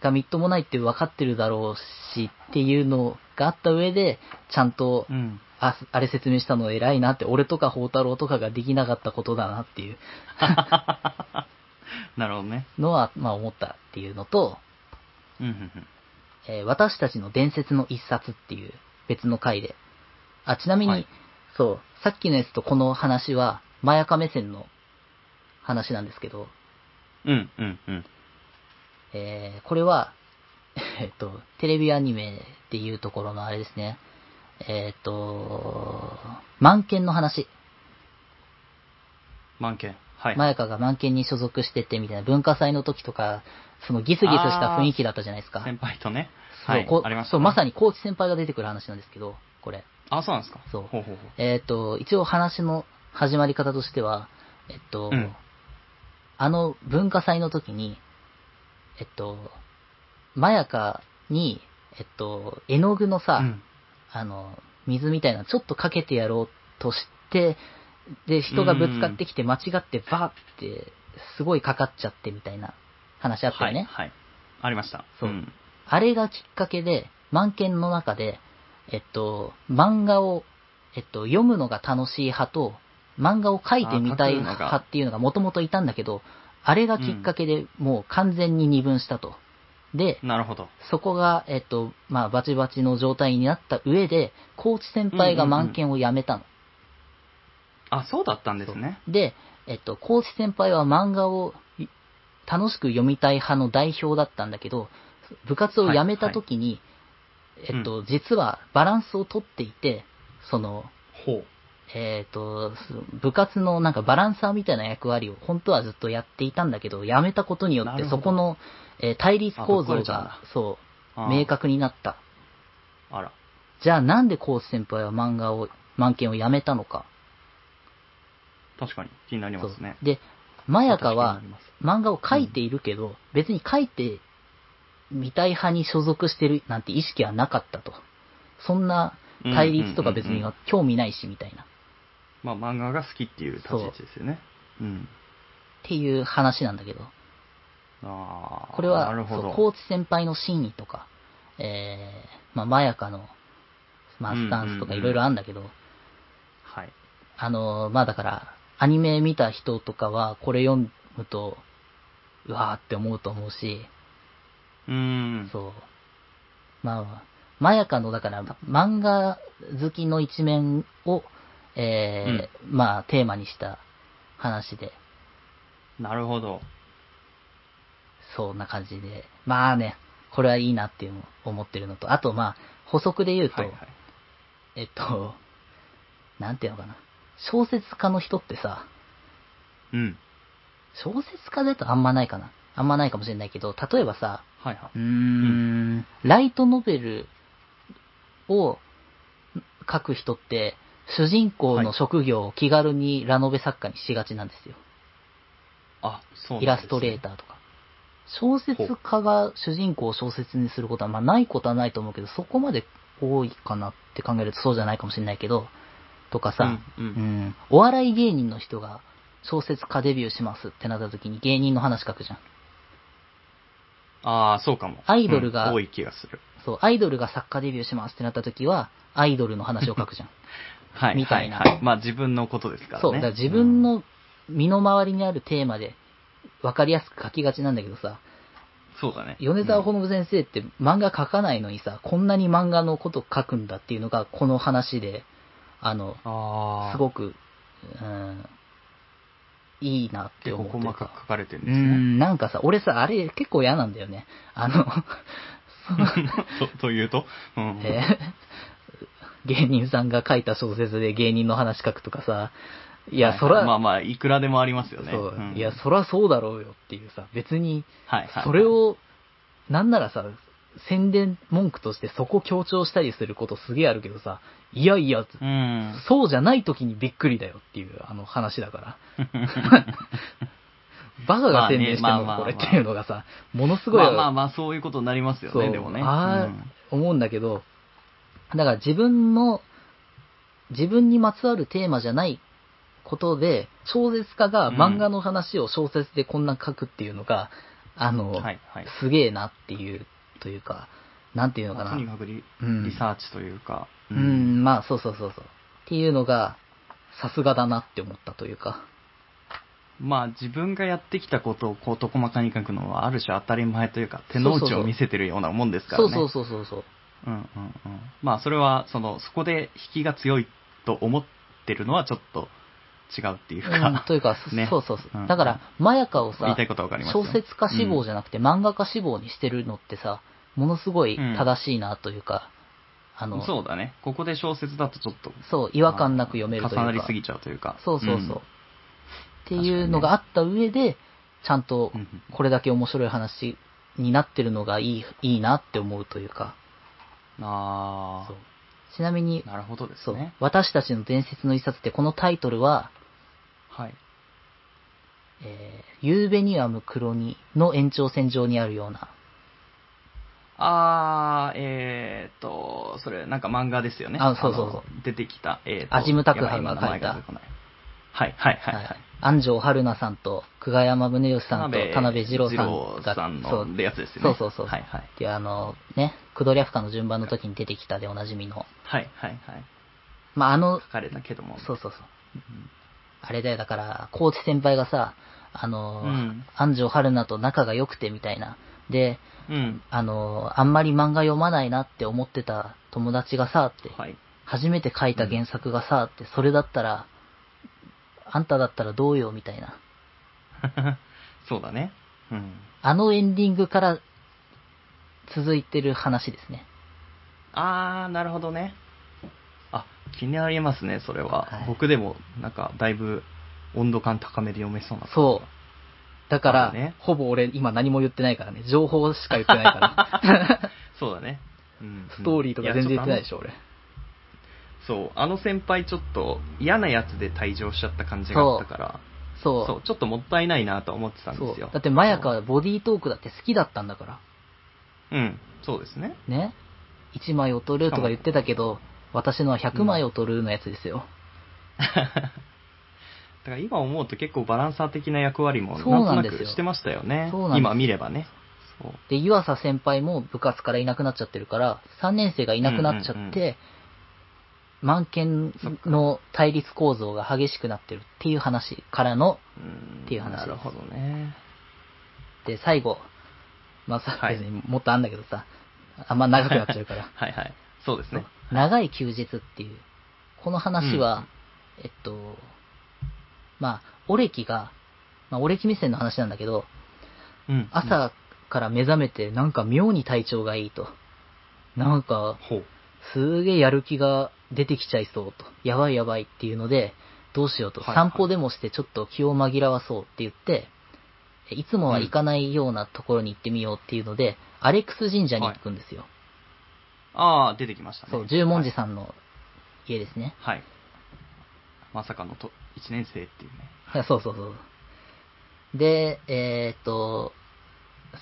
Speaker 1: がみっともないって分かってるだろうしっていうのがあった上で、ちゃんと、 <laughs>
Speaker 2: うん。 <laughs>
Speaker 1: あ、あれ説明したの偉いなって、俺とか宝太郎とかができなかったことだなっていう
Speaker 2: なるほどね。
Speaker 1: のは、まあ思ったっていうのと、
Speaker 2: うんうんうん。
Speaker 1: えー私たちの伝説の一冊っていう別の回で。あ、ちなみに、
Speaker 2: はい
Speaker 1: そう、さっきのやつとこの話は、まやか目線の話なんですけど、
Speaker 2: うんうんうん。
Speaker 1: えーこれは、 <laughs> えっと、テレビアニメっていうところのあれですね。えっ、と、満研の話。
Speaker 2: 満件。はい。
Speaker 1: まやかが満研に所属しててみたいな文化祭の時とか、そのギスギスした雰囲気だったじゃないですか。
Speaker 2: 先輩とね。
Speaker 1: そう
Speaker 2: はい
Speaker 1: こ。
Speaker 2: ありましたね。
Speaker 1: そう、まさにコーチ先輩が出てくる話なんですけど、これ。
Speaker 2: あ、そうなんですか。
Speaker 1: そう
Speaker 2: ほうほうほう。
Speaker 1: えっ、と、一応話の始まり方としては、えっと、
Speaker 2: うん
Speaker 1: あの文化祭の時に、えっと、まやかに、えっと、絵の具のさ、
Speaker 2: うん
Speaker 1: あの、水みたいなのちょっとかけてやろうとして、で、人がぶつかってきて間違ってバーって、すごいかかっちゃってみたいな話あったよね。
Speaker 2: はい。はいありました。
Speaker 1: そうんあれがきっかけで、満研の中で、えっと、漫画を、えっと、読むのが楽しい派と、漫画を描いてみたい
Speaker 2: あー描くのが
Speaker 1: 派っていうのがもともといたんだけど、あれがきっかけでもう完全に二分したと。で、
Speaker 2: なるほど。
Speaker 1: そこが、えっと、まあ、バチバチの状態になった上で、コーチ先輩が満研を辞めたの。
Speaker 2: あ、そうだったんですね。
Speaker 1: で、えっと、コーチ先輩は漫画をい楽しく読みたい派の代表だったんだけど、部活を辞めた時に、
Speaker 2: いはい
Speaker 1: えっと、実はバランスをとっていて、その、
Speaker 2: ほう。
Speaker 1: えっ、と、す部活のなんかバランサーみたいな役割を本当はずっとやっていたんだけど、やめたことによっ
Speaker 2: な
Speaker 1: て
Speaker 2: るほ
Speaker 1: そ
Speaker 2: ど
Speaker 1: この、えー対立構
Speaker 2: あぶっ壊
Speaker 1: 造
Speaker 2: れちゃうん
Speaker 1: が
Speaker 2: だ、
Speaker 1: そ
Speaker 2: あ
Speaker 1: う、
Speaker 2: ー
Speaker 1: 明。確になった。
Speaker 2: あら。
Speaker 1: じゃあなんでコース先輩は漫画を、漫研をやめたのか。
Speaker 2: 確かに気になり
Speaker 1: そ
Speaker 2: ま
Speaker 1: う
Speaker 2: すね。
Speaker 1: で、まやかは
Speaker 2: 確かに気になります
Speaker 1: 漫画を描いているけど、別に描いてみたい派に所属してるなんて意識はなかったと。そんな対立とか別には興味ないしみたいな。
Speaker 2: まあ漫画が好きっていう立ち位置ですよね。うん。
Speaker 1: っていう話なんだけど。
Speaker 2: ああ。
Speaker 1: これ
Speaker 2: なる
Speaker 1: は、
Speaker 2: ほ
Speaker 1: そ
Speaker 2: ど。
Speaker 1: う、コーチ先輩の真意とか、えー、まあ、まやかの、まあ、スタンスとか
Speaker 2: うん
Speaker 1: い
Speaker 2: うんうん
Speaker 1: ろいろあるんだけど、
Speaker 2: はい。
Speaker 1: あの、まあだから、アニメ見た人とかは、これ読むと、うわーって思うと思うし、
Speaker 2: うーん。
Speaker 1: そう。まあ、まやかの、だから、漫画好きの一面を、えーまあ、テーマにした話で、
Speaker 2: なるほど。
Speaker 1: そんな感じで、まあね、これはいいなっていうのを思ってるのと、あとまあ、補足で言うと、
Speaker 2: はいはい。
Speaker 1: えっと、なんていうのかな。小説家の人ってさ、
Speaker 2: うん。
Speaker 1: 小説家だとあんまないかな。あんまないかもしれないけど、例えばさ、
Speaker 2: はいは
Speaker 1: う
Speaker 2: い。
Speaker 1: ーん、ライトノベルを書く人って、主人公の職業を気軽にラノベ作家にしがちなんですよ。
Speaker 2: あ、そうなんですね
Speaker 1: イラストレーターとか。小説家が主人公を小説にすることは、まあないことはないと思うけど、そこまで多いかなって考えるとそうじゃないかもしれないけど、とかさ、
Speaker 2: うんうん
Speaker 1: うんお笑い芸人の人が小説家デビューしますってなった時に芸人の話書くじゃん。
Speaker 2: ああ、そうかも。
Speaker 1: アイドルが
Speaker 2: うん多い気がする。
Speaker 1: そう、アイドルが作家デビューしますってなった時は、アイドルの話を書く
Speaker 2: <laughs>
Speaker 1: じゃん。
Speaker 2: はい。
Speaker 1: みたいな
Speaker 2: ははまあ自分のことですからね。
Speaker 1: そう、だから自分
Speaker 2: うん
Speaker 1: の身の回りにあるテーマで分かりやすく書きがちなんだけどさ、
Speaker 2: そうだね。
Speaker 1: 米沢ほのぶ先生って漫画書かないのにさ、こんなに漫画のこと書くんだっていうのがこの話で、あの、
Speaker 2: うんああ。
Speaker 1: すごく、うん、いいなって
Speaker 2: 結
Speaker 1: 思
Speaker 2: 構
Speaker 1: ってる
Speaker 2: 細かく書かれてるん
Speaker 1: う
Speaker 2: で
Speaker 1: ー
Speaker 2: すね。 <laughs>
Speaker 1: ん、なんかさ、俺さ、あれ結構嫌なんだよね。あの、
Speaker 2: とというと、うん。
Speaker 1: えー <laughs> 芸人さんが書いた小説で芸人の話書くとかさ、いや、そら、
Speaker 2: まあまあ、いくらでもありますよね。
Speaker 1: そう、
Speaker 2: うん
Speaker 1: いや、そらそうだろうよっていうさ、別に、
Speaker 2: はいはい。
Speaker 1: それ、を、なんならさ、宣伝文句としてそこ強調したりすることすげえあるけどさ、いやいや、
Speaker 2: うん。
Speaker 1: そうじゃない時にびっくりだよっていう、あの話だから。バカが宣伝してんの
Speaker 2: まあねまあ
Speaker 1: か
Speaker 2: まあ
Speaker 1: これっていうのがさ、もの <laughs> すごい、
Speaker 2: まあまあまあ、そういうことになりますよ
Speaker 1: そ
Speaker 2: ね、
Speaker 1: う
Speaker 2: でもね。
Speaker 1: ああ、
Speaker 2: うん
Speaker 1: 思うんだけど、だから自分の、自分にまつわるテーマじゃないことで、小説家が漫画の話を小説でこんな書くっていうのが、あの、
Speaker 2: はいはい。
Speaker 1: すげえなっていう、というか、なんていうのか
Speaker 2: まあ
Speaker 1: な。
Speaker 2: とにかくリ
Speaker 1: うん
Speaker 2: リサーチというか。
Speaker 1: うん、まあそうそうそうそう。っていうのが、さすがだなって思ったというか。
Speaker 2: まあ自分がやってきたことをこうと細かに書くのはある種当たり前というか手の
Speaker 1: そう
Speaker 2: 内
Speaker 1: そうそ
Speaker 2: を
Speaker 1: う
Speaker 2: 見せてるようなもんですから
Speaker 1: そ
Speaker 2: ね。
Speaker 1: うそうそうそうそう。
Speaker 2: うんうんうん。まあそれはそのそこで引きが強いと思ってるのはちょっと違うっていう
Speaker 1: うん
Speaker 2: か。
Speaker 1: というか、そ
Speaker 2: ね
Speaker 1: そうそうそう。
Speaker 2: ん
Speaker 1: だから、まやかを
Speaker 2: 言い
Speaker 1: さ
Speaker 2: たい、ことはわかりますよ。
Speaker 1: 小説家志望じゃなくて漫画家志望にしてるのってさ、ものすごい正しいなというか、あ
Speaker 2: うん
Speaker 1: の、そう
Speaker 2: そうだね。ここで小説だとちょっと
Speaker 1: 違和感なく読めるというか。
Speaker 2: 重なりすぎちゃうというか。
Speaker 1: そうそうそう。
Speaker 2: ん
Speaker 1: っていうのがあった上で、ちゃんと
Speaker 2: うんうん
Speaker 1: これだけ面白い話になってるのがいい、いいなって思うというか。
Speaker 2: あ
Speaker 1: そうちなみに
Speaker 2: あ、、なるほどで
Speaker 1: そ
Speaker 2: す
Speaker 1: う
Speaker 2: ね。、
Speaker 1: 私たちの伝説の一冊ってこのタイトルは、
Speaker 2: はい。
Speaker 1: えー、ユーベニアム・クロニの延長線上にあるような、
Speaker 2: あー、えーっと、それ、なんか漫画ですよね。
Speaker 1: あそうそうそう
Speaker 2: う。出てきた、えーっと、
Speaker 1: アジムタクハが書いた
Speaker 2: やば今名前が出てこないはい、はい、はい。はい
Speaker 1: 安城春菜さんと久我山宗義さんと田辺二郎さんが、
Speaker 2: さん
Speaker 1: そ
Speaker 2: の
Speaker 1: う、
Speaker 2: やつですよ
Speaker 1: そう
Speaker 2: ね。
Speaker 1: そうそう
Speaker 2: はい、はい。
Speaker 1: っていうあの、ね、クドリャフカの順番の時に出てきたでおなじみの、
Speaker 2: はい、はい、はい。
Speaker 1: まあ、あの
Speaker 2: 書、かれたけども。
Speaker 1: そうそうそう。あれだよ、だから、コーチ先輩がさ、あのー、
Speaker 2: うん
Speaker 1: 安城春菜と仲が良くてみたいな。で、
Speaker 2: うん。
Speaker 1: あのー、あんまり漫画読まないなって思ってた友達がさ、って、
Speaker 2: はい。 <laughs>
Speaker 1: 初めて書いた原作がさ、って、それだったら、あんただったらどうよ、みたいな。
Speaker 2: そうだね。うん。
Speaker 1: あのエンディングから続いてる話ですね。
Speaker 2: あー、なるほどね。あ、気になりますね、それは。
Speaker 1: はい
Speaker 2: 僕でも、なんか、だいぶ、温度感高めで読めそうな。
Speaker 1: そう。だから、
Speaker 2: そうだね
Speaker 1: ほぼ俺今何も言ってないからね。情報しか言ってない
Speaker 2: <laughs>
Speaker 1: から。 <laughs>
Speaker 2: そうだね。うん。
Speaker 1: ストーリーとか全然言ってないで
Speaker 2: ょ。
Speaker 1: しょ、俺。
Speaker 2: ちょっとあのそう、あの先輩ちょっと嫌なやつで退場しちゃった感じがあったから、
Speaker 1: そう。
Speaker 2: そう、ちょっともったいないなとは思ってたんです
Speaker 1: そ。
Speaker 2: よ
Speaker 1: うだって、まやかはボディートークだって好きだったんだから。
Speaker 2: うん、そうですね。
Speaker 1: ね。1枚を取るとか言ってたけど、私のは100枚を取るのやつですよ。
Speaker 2: <laughs> だから今思うと結構バランサー的な役割も
Speaker 1: そうな
Speaker 2: なんん
Speaker 1: で
Speaker 2: と
Speaker 1: す
Speaker 2: な
Speaker 1: よ
Speaker 2: くしてましたよね。
Speaker 1: そうなんです
Speaker 2: 今見ればね。そう。
Speaker 1: で、湯浅先輩も部活からいなくなっちゃってるから、3年生がいなくなっちゃって、
Speaker 2: うんうんう
Speaker 1: 満研の対立構造が激しくなってるっていう話からの、
Speaker 2: うん
Speaker 1: っていう話です
Speaker 2: なるほどね。
Speaker 1: で、最後、まあさ、
Speaker 2: はい
Speaker 1: 別にもっとあんだけどさ、あんま長くなっちゃうから、
Speaker 2: はいはい。 <laughs> そうですね。
Speaker 1: 長い休日っていう、この話は、えっと、まあ、オレキが、まあ、オレキ目線の話なんだけど、
Speaker 2: うん。
Speaker 1: 朝から目覚めて、なんか妙に体調がいいと。なんか、
Speaker 2: ほう。
Speaker 1: すげえやる気が出てきちゃいそうと。やばいやばいっていうので、どうしようと。
Speaker 2: はい
Speaker 1: 散歩でもしてちょっと気を紛らわそうって言って、いつもは行かないようなところに行ってみようっていうので、アレックス神社に行くんですよ。
Speaker 2: ああ、出てきましたね。
Speaker 1: そう、十文字さんの家ですね。
Speaker 2: はい。はい。まさかのと1年生っていうね。
Speaker 1: いや、 <laughs> そうそうそう。で、えーっと、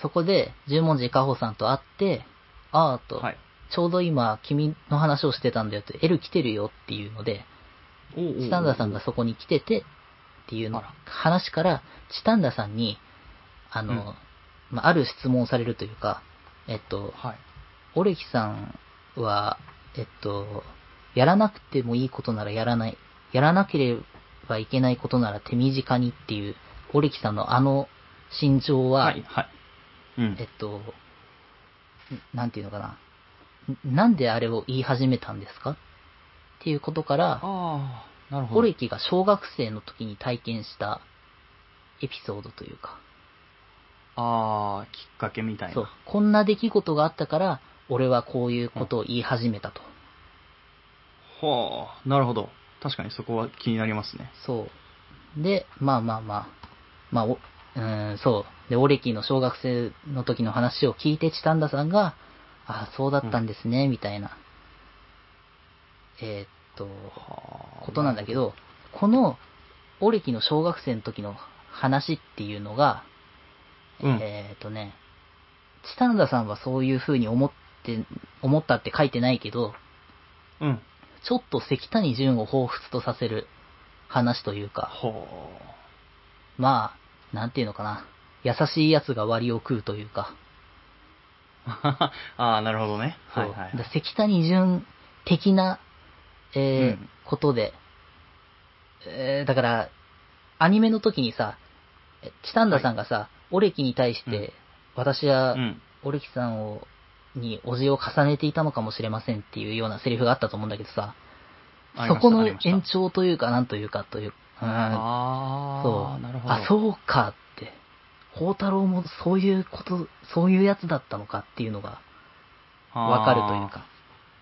Speaker 1: そこで十文字かほさんと会って、ああと、
Speaker 2: はい。
Speaker 1: ちょうど今君の話をしてたんだよって、L 来てるよっていうので、
Speaker 2: おうおうおう
Speaker 1: チタンダさんがそこに来ててっていうの
Speaker 2: あら
Speaker 1: 話から、チタンダさんに、あの、
Speaker 2: うん
Speaker 1: まあ、ある質問をされるというか、えっと、
Speaker 2: はい。
Speaker 1: オレキさんは、えっと、やらなくてもいいことならやらない、やらなければいけないことなら手短にっていう、オレキさんのあの心情は、
Speaker 2: はい、はい。うん。
Speaker 1: えっと、んなんていうのかな、んなんであれを言い始めたんですかっていうことから、
Speaker 2: ああ、なるほど。
Speaker 1: オレキが小学生の時に体験したエピソードというか、
Speaker 2: ああ、きっかけみたいな。
Speaker 1: そう、こんな出来事があったから、俺はこういうことを言い始めたと。
Speaker 2: はあ、なるほど。確かにそこは気になりますね。
Speaker 1: そう。で、まあまあまあ、まあ、おうーん、そう。で、オレキの小学生の時の話を聞いてチタンダさんが、ああ、そうだったんですね、みたいな、えーっと、
Speaker 2: はあ
Speaker 1: ことなんだけど、この、オレキの小学生の時の話っていうのが、
Speaker 2: うん
Speaker 1: えーっ、とね、チタンダさんはそういう風に思って、思ったって書いてないけど、
Speaker 2: うん。
Speaker 1: ちょっと関谷淳を彷彿とさせる話というか、
Speaker 2: ほ
Speaker 1: まあ、なんていうのかな、優しい奴が割を食うというか、
Speaker 2: う。 <laughs> ああ、なるほどね。
Speaker 1: そ
Speaker 2: は
Speaker 1: う
Speaker 2: いはい
Speaker 1: だ。関谷淳的な、えー
Speaker 2: うん
Speaker 1: ことで、えーだから、アニメの時にさ、えチタンダさんがさ、オレキに対して、
Speaker 2: うん
Speaker 1: 私は、
Speaker 2: うん。
Speaker 1: オレキさんを、におじを重ねていたのかもしれませんっていうようなセリフがあったと思うんだけどさ、
Speaker 2: あり
Speaker 1: そ
Speaker 2: ました
Speaker 1: この
Speaker 2: ありました
Speaker 1: 延長というか、なんというかという、うん
Speaker 2: あ
Speaker 1: そ
Speaker 2: あ、
Speaker 1: う。
Speaker 2: なるほど。
Speaker 1: あ、そうかって。宝太郎もそういうこと、そういうやつだったのかっていうのがわかるというか。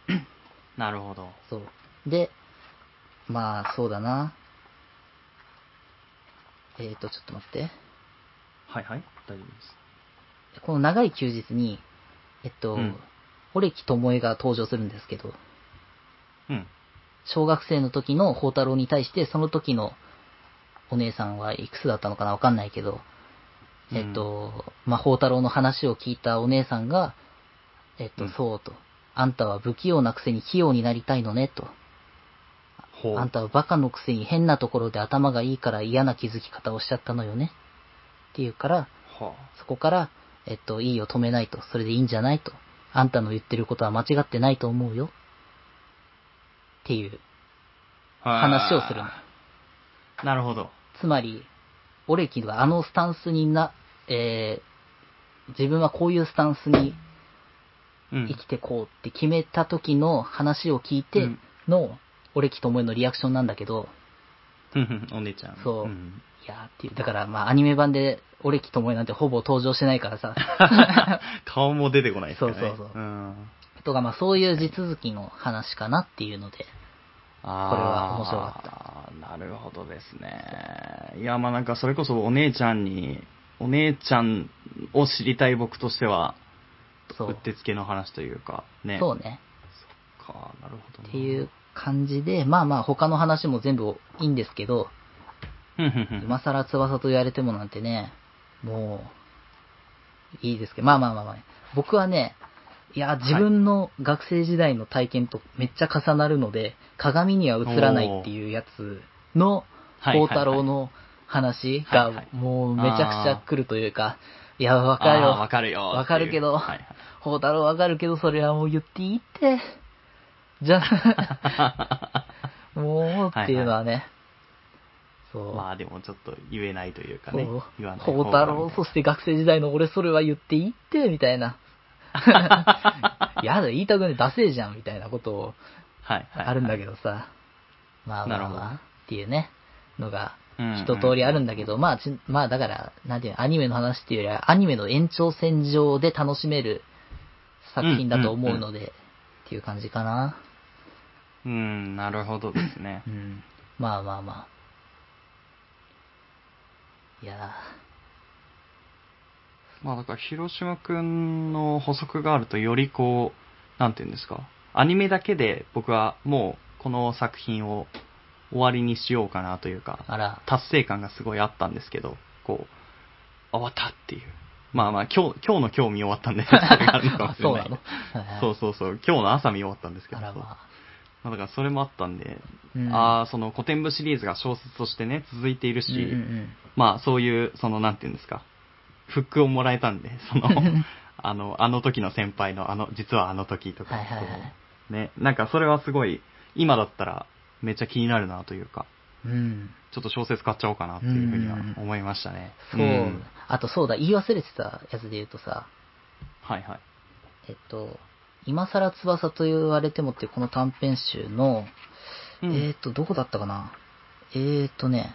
Speaker 2: あー。なるほど。
Speaker 1: そう。で、まあ、そうだな。えっ、と、ちょっと待って。
Speaker 2: はいはい。大丈夫です。
Speaker 1: この長い休日に、えっと、
Speaker 2: うん
Speaker 1: オレキともえが登場するんですけど、
Speaker 2: うん。
Speaker 1: 小学生の時の宝太郎に対して、その時のお姉さんはいくつだったのかなわかんないけど、
Speaker 2: うん
Speaker 1: えっと、まあ、宝太郎の話を聞いたお姉さんが、えっと、
Speaker 2: うん
Speaker 1: そうと。あんたは不器用なくせに器用になりたいのね、と。
Speaker 2: ほう。
Speaker 1: あんたはバカのくせに変なところで頭がいいから嫌な気づき方をしちゃったのよね。っていうから、
Speaker 2: は
Speaker 1: そこから、えっと、いいよ、止めないと。それでいいんじゃないと。あんたの言ってることは間違ってないと思うよ。っていう
Speaker 2: あ。
Speaker 1: 話をするの。
Speaker 2: なるほど。
Speaker 1: つまり、オレキはあのスタンスにな、えー自分はこういうスタンスに
Speaker 2: うん。
Speaker 1: 生きてこうって決めた時の話を聞いての、オレキともえのリアクションなんだけど、
Speaker 2: うんうんお姉ちゃん。 <laughs>
Speaker 1: そうんいやーっていう、だからまあアニメ版でオレキともえなんてほぼ登場してないからさ、
Speaker 2: <laughs> 顔も出てこないですからね。
Speaker 1: そうそうそう
Speaker 2: うん。
Speaker 1: とかまあそういう地続きの話かなっていうので、
Speaker 2: あー
Speaker 1: これは面白か
Speaker 2: なるほどですね。いや、まあなんかそれこそお姉ちゃんに、お姉ちゃんを知りたい僕としては、
Speaker 1: そうう
Speaker 2: っ。てつけの話というか、ね。
Speaker 1: そうね。
Speaker 2: か、なるほど。
Speaker 1: ってい。う感じで、まあまあ他の話も全部いいんですけど、
Speaker 2: ふんふんふん <laughs>
Speaker 1: <laughs> 今更翼と言われてもなんてね、もう、いいですけど、まあまあまあまあ、僕はね、いや、自分の学生時代の体験とめっちゃ重なるので、鏡には映らないっていうやつの、
Speaker 2: はい
Speaker 1: 孝太郎の話
Speaker 2: はいは
Speaker 1: が
Speaker 2: い、
Speaker 1: もうめちゃくちゃ来るというか、いや、わか
Speaker 2: あ
Speaker 1: る
Speaker 2: ー
Speaker 1: よ。
Speaker 2: わかるよっていう。
Speaker 1: わかるけど
Speaker 2: はいはい
Speaker 1: 孝太郎わかるけど、それはもう言っていいって。じゃ
Speaker 2: <laughs>
Speaker 1: あ、もうっていうのはね、そう。
Speaker 2: まあでもちょっと言えないというか
Speaker 1: そう
Speaker 2: ね。言わない
Speaker 1: 孝太郎、そして学生時代の俺それは言っていいって、みたい
Speaker 2: <laughs>
Speaker 1: な。やだ、言いたくない、ダセえじゃん、みたいなことを、
Speaker 2: はいはいはい。
Speaker 1: あるんだけどさ。まあまあ
Speaker 2: なるほ
Speaker 1: ま
Speaker 2: ど
Speaker 1: あ、っていうね、のが、
Speaker 2: うん
Speaker 1: 一通りあるんだけど、まあち、まあだから、なんていうの、アニメの話っていうよりは、アニメの延長線上で楽しめる作品だと思うので、っていう感じかな。
Speaker 2: うん、なるほどですね
Speaker 1: う。ん。まあまあまあ。いや
Speaker 2: まあだから、広島くんの補足があると、よりこう、なんていうんですか、アニメだけで僕はもう、この作品を終わりにしようかなという
Speaker 1: ー、
Speaker 2: か、
Speaker 1: あら、
Speaker 2: 達成感がすごいあったんですけど、こう、あ終わったっていう。まあまあ、今日、今日の今日見終わったんで、それがあるのかもしれない。
Speaker 1: あそうなのはい
Speaker 2: そうそうそう今日の朝見終わったんですけ
Speaker 1: あ
Speaker 2: ど、
Speaker 1: ら
Speaker 2: そう
Speaker 1: ま
Speaker 2: まあだからそれもあったんで、
Speaker 1: あ。うん
Speaker 2: ああ、その古典部シリーズが小説としてね、続いているし、
Speaker 1: うんうん
Speaker 2: まあそういう、そのなんていうんですか、フックをもらえたんで、
Speaker 1: <laughs>
Speaker 2: その、あの、あの時の先輩の、あの、実はあの時とか、
Speaker 1: はいはいはい
Speaker 2: そうね、なんかそれはすごい、今だったらめっちゃ気になるなというか、
Speaker 1: うんうん。
Speaker 2: ちょっと小説買っちゃおうかなっていうふうには
Speaker 1: うんうんうん
Speaker 2: 思いましたね。
Speaker 1: そう、
Speaker 2: ん
Speaker 1: あとそうだ、言い忘れてたやつで言うとさ、
Speaker 2: はいはい。
Speaker 1: えっと、今更翼と言われてもってこの短編集の、
Speaker 2: うん
Speaker 1: えーっと、どこだったかなえーっとね、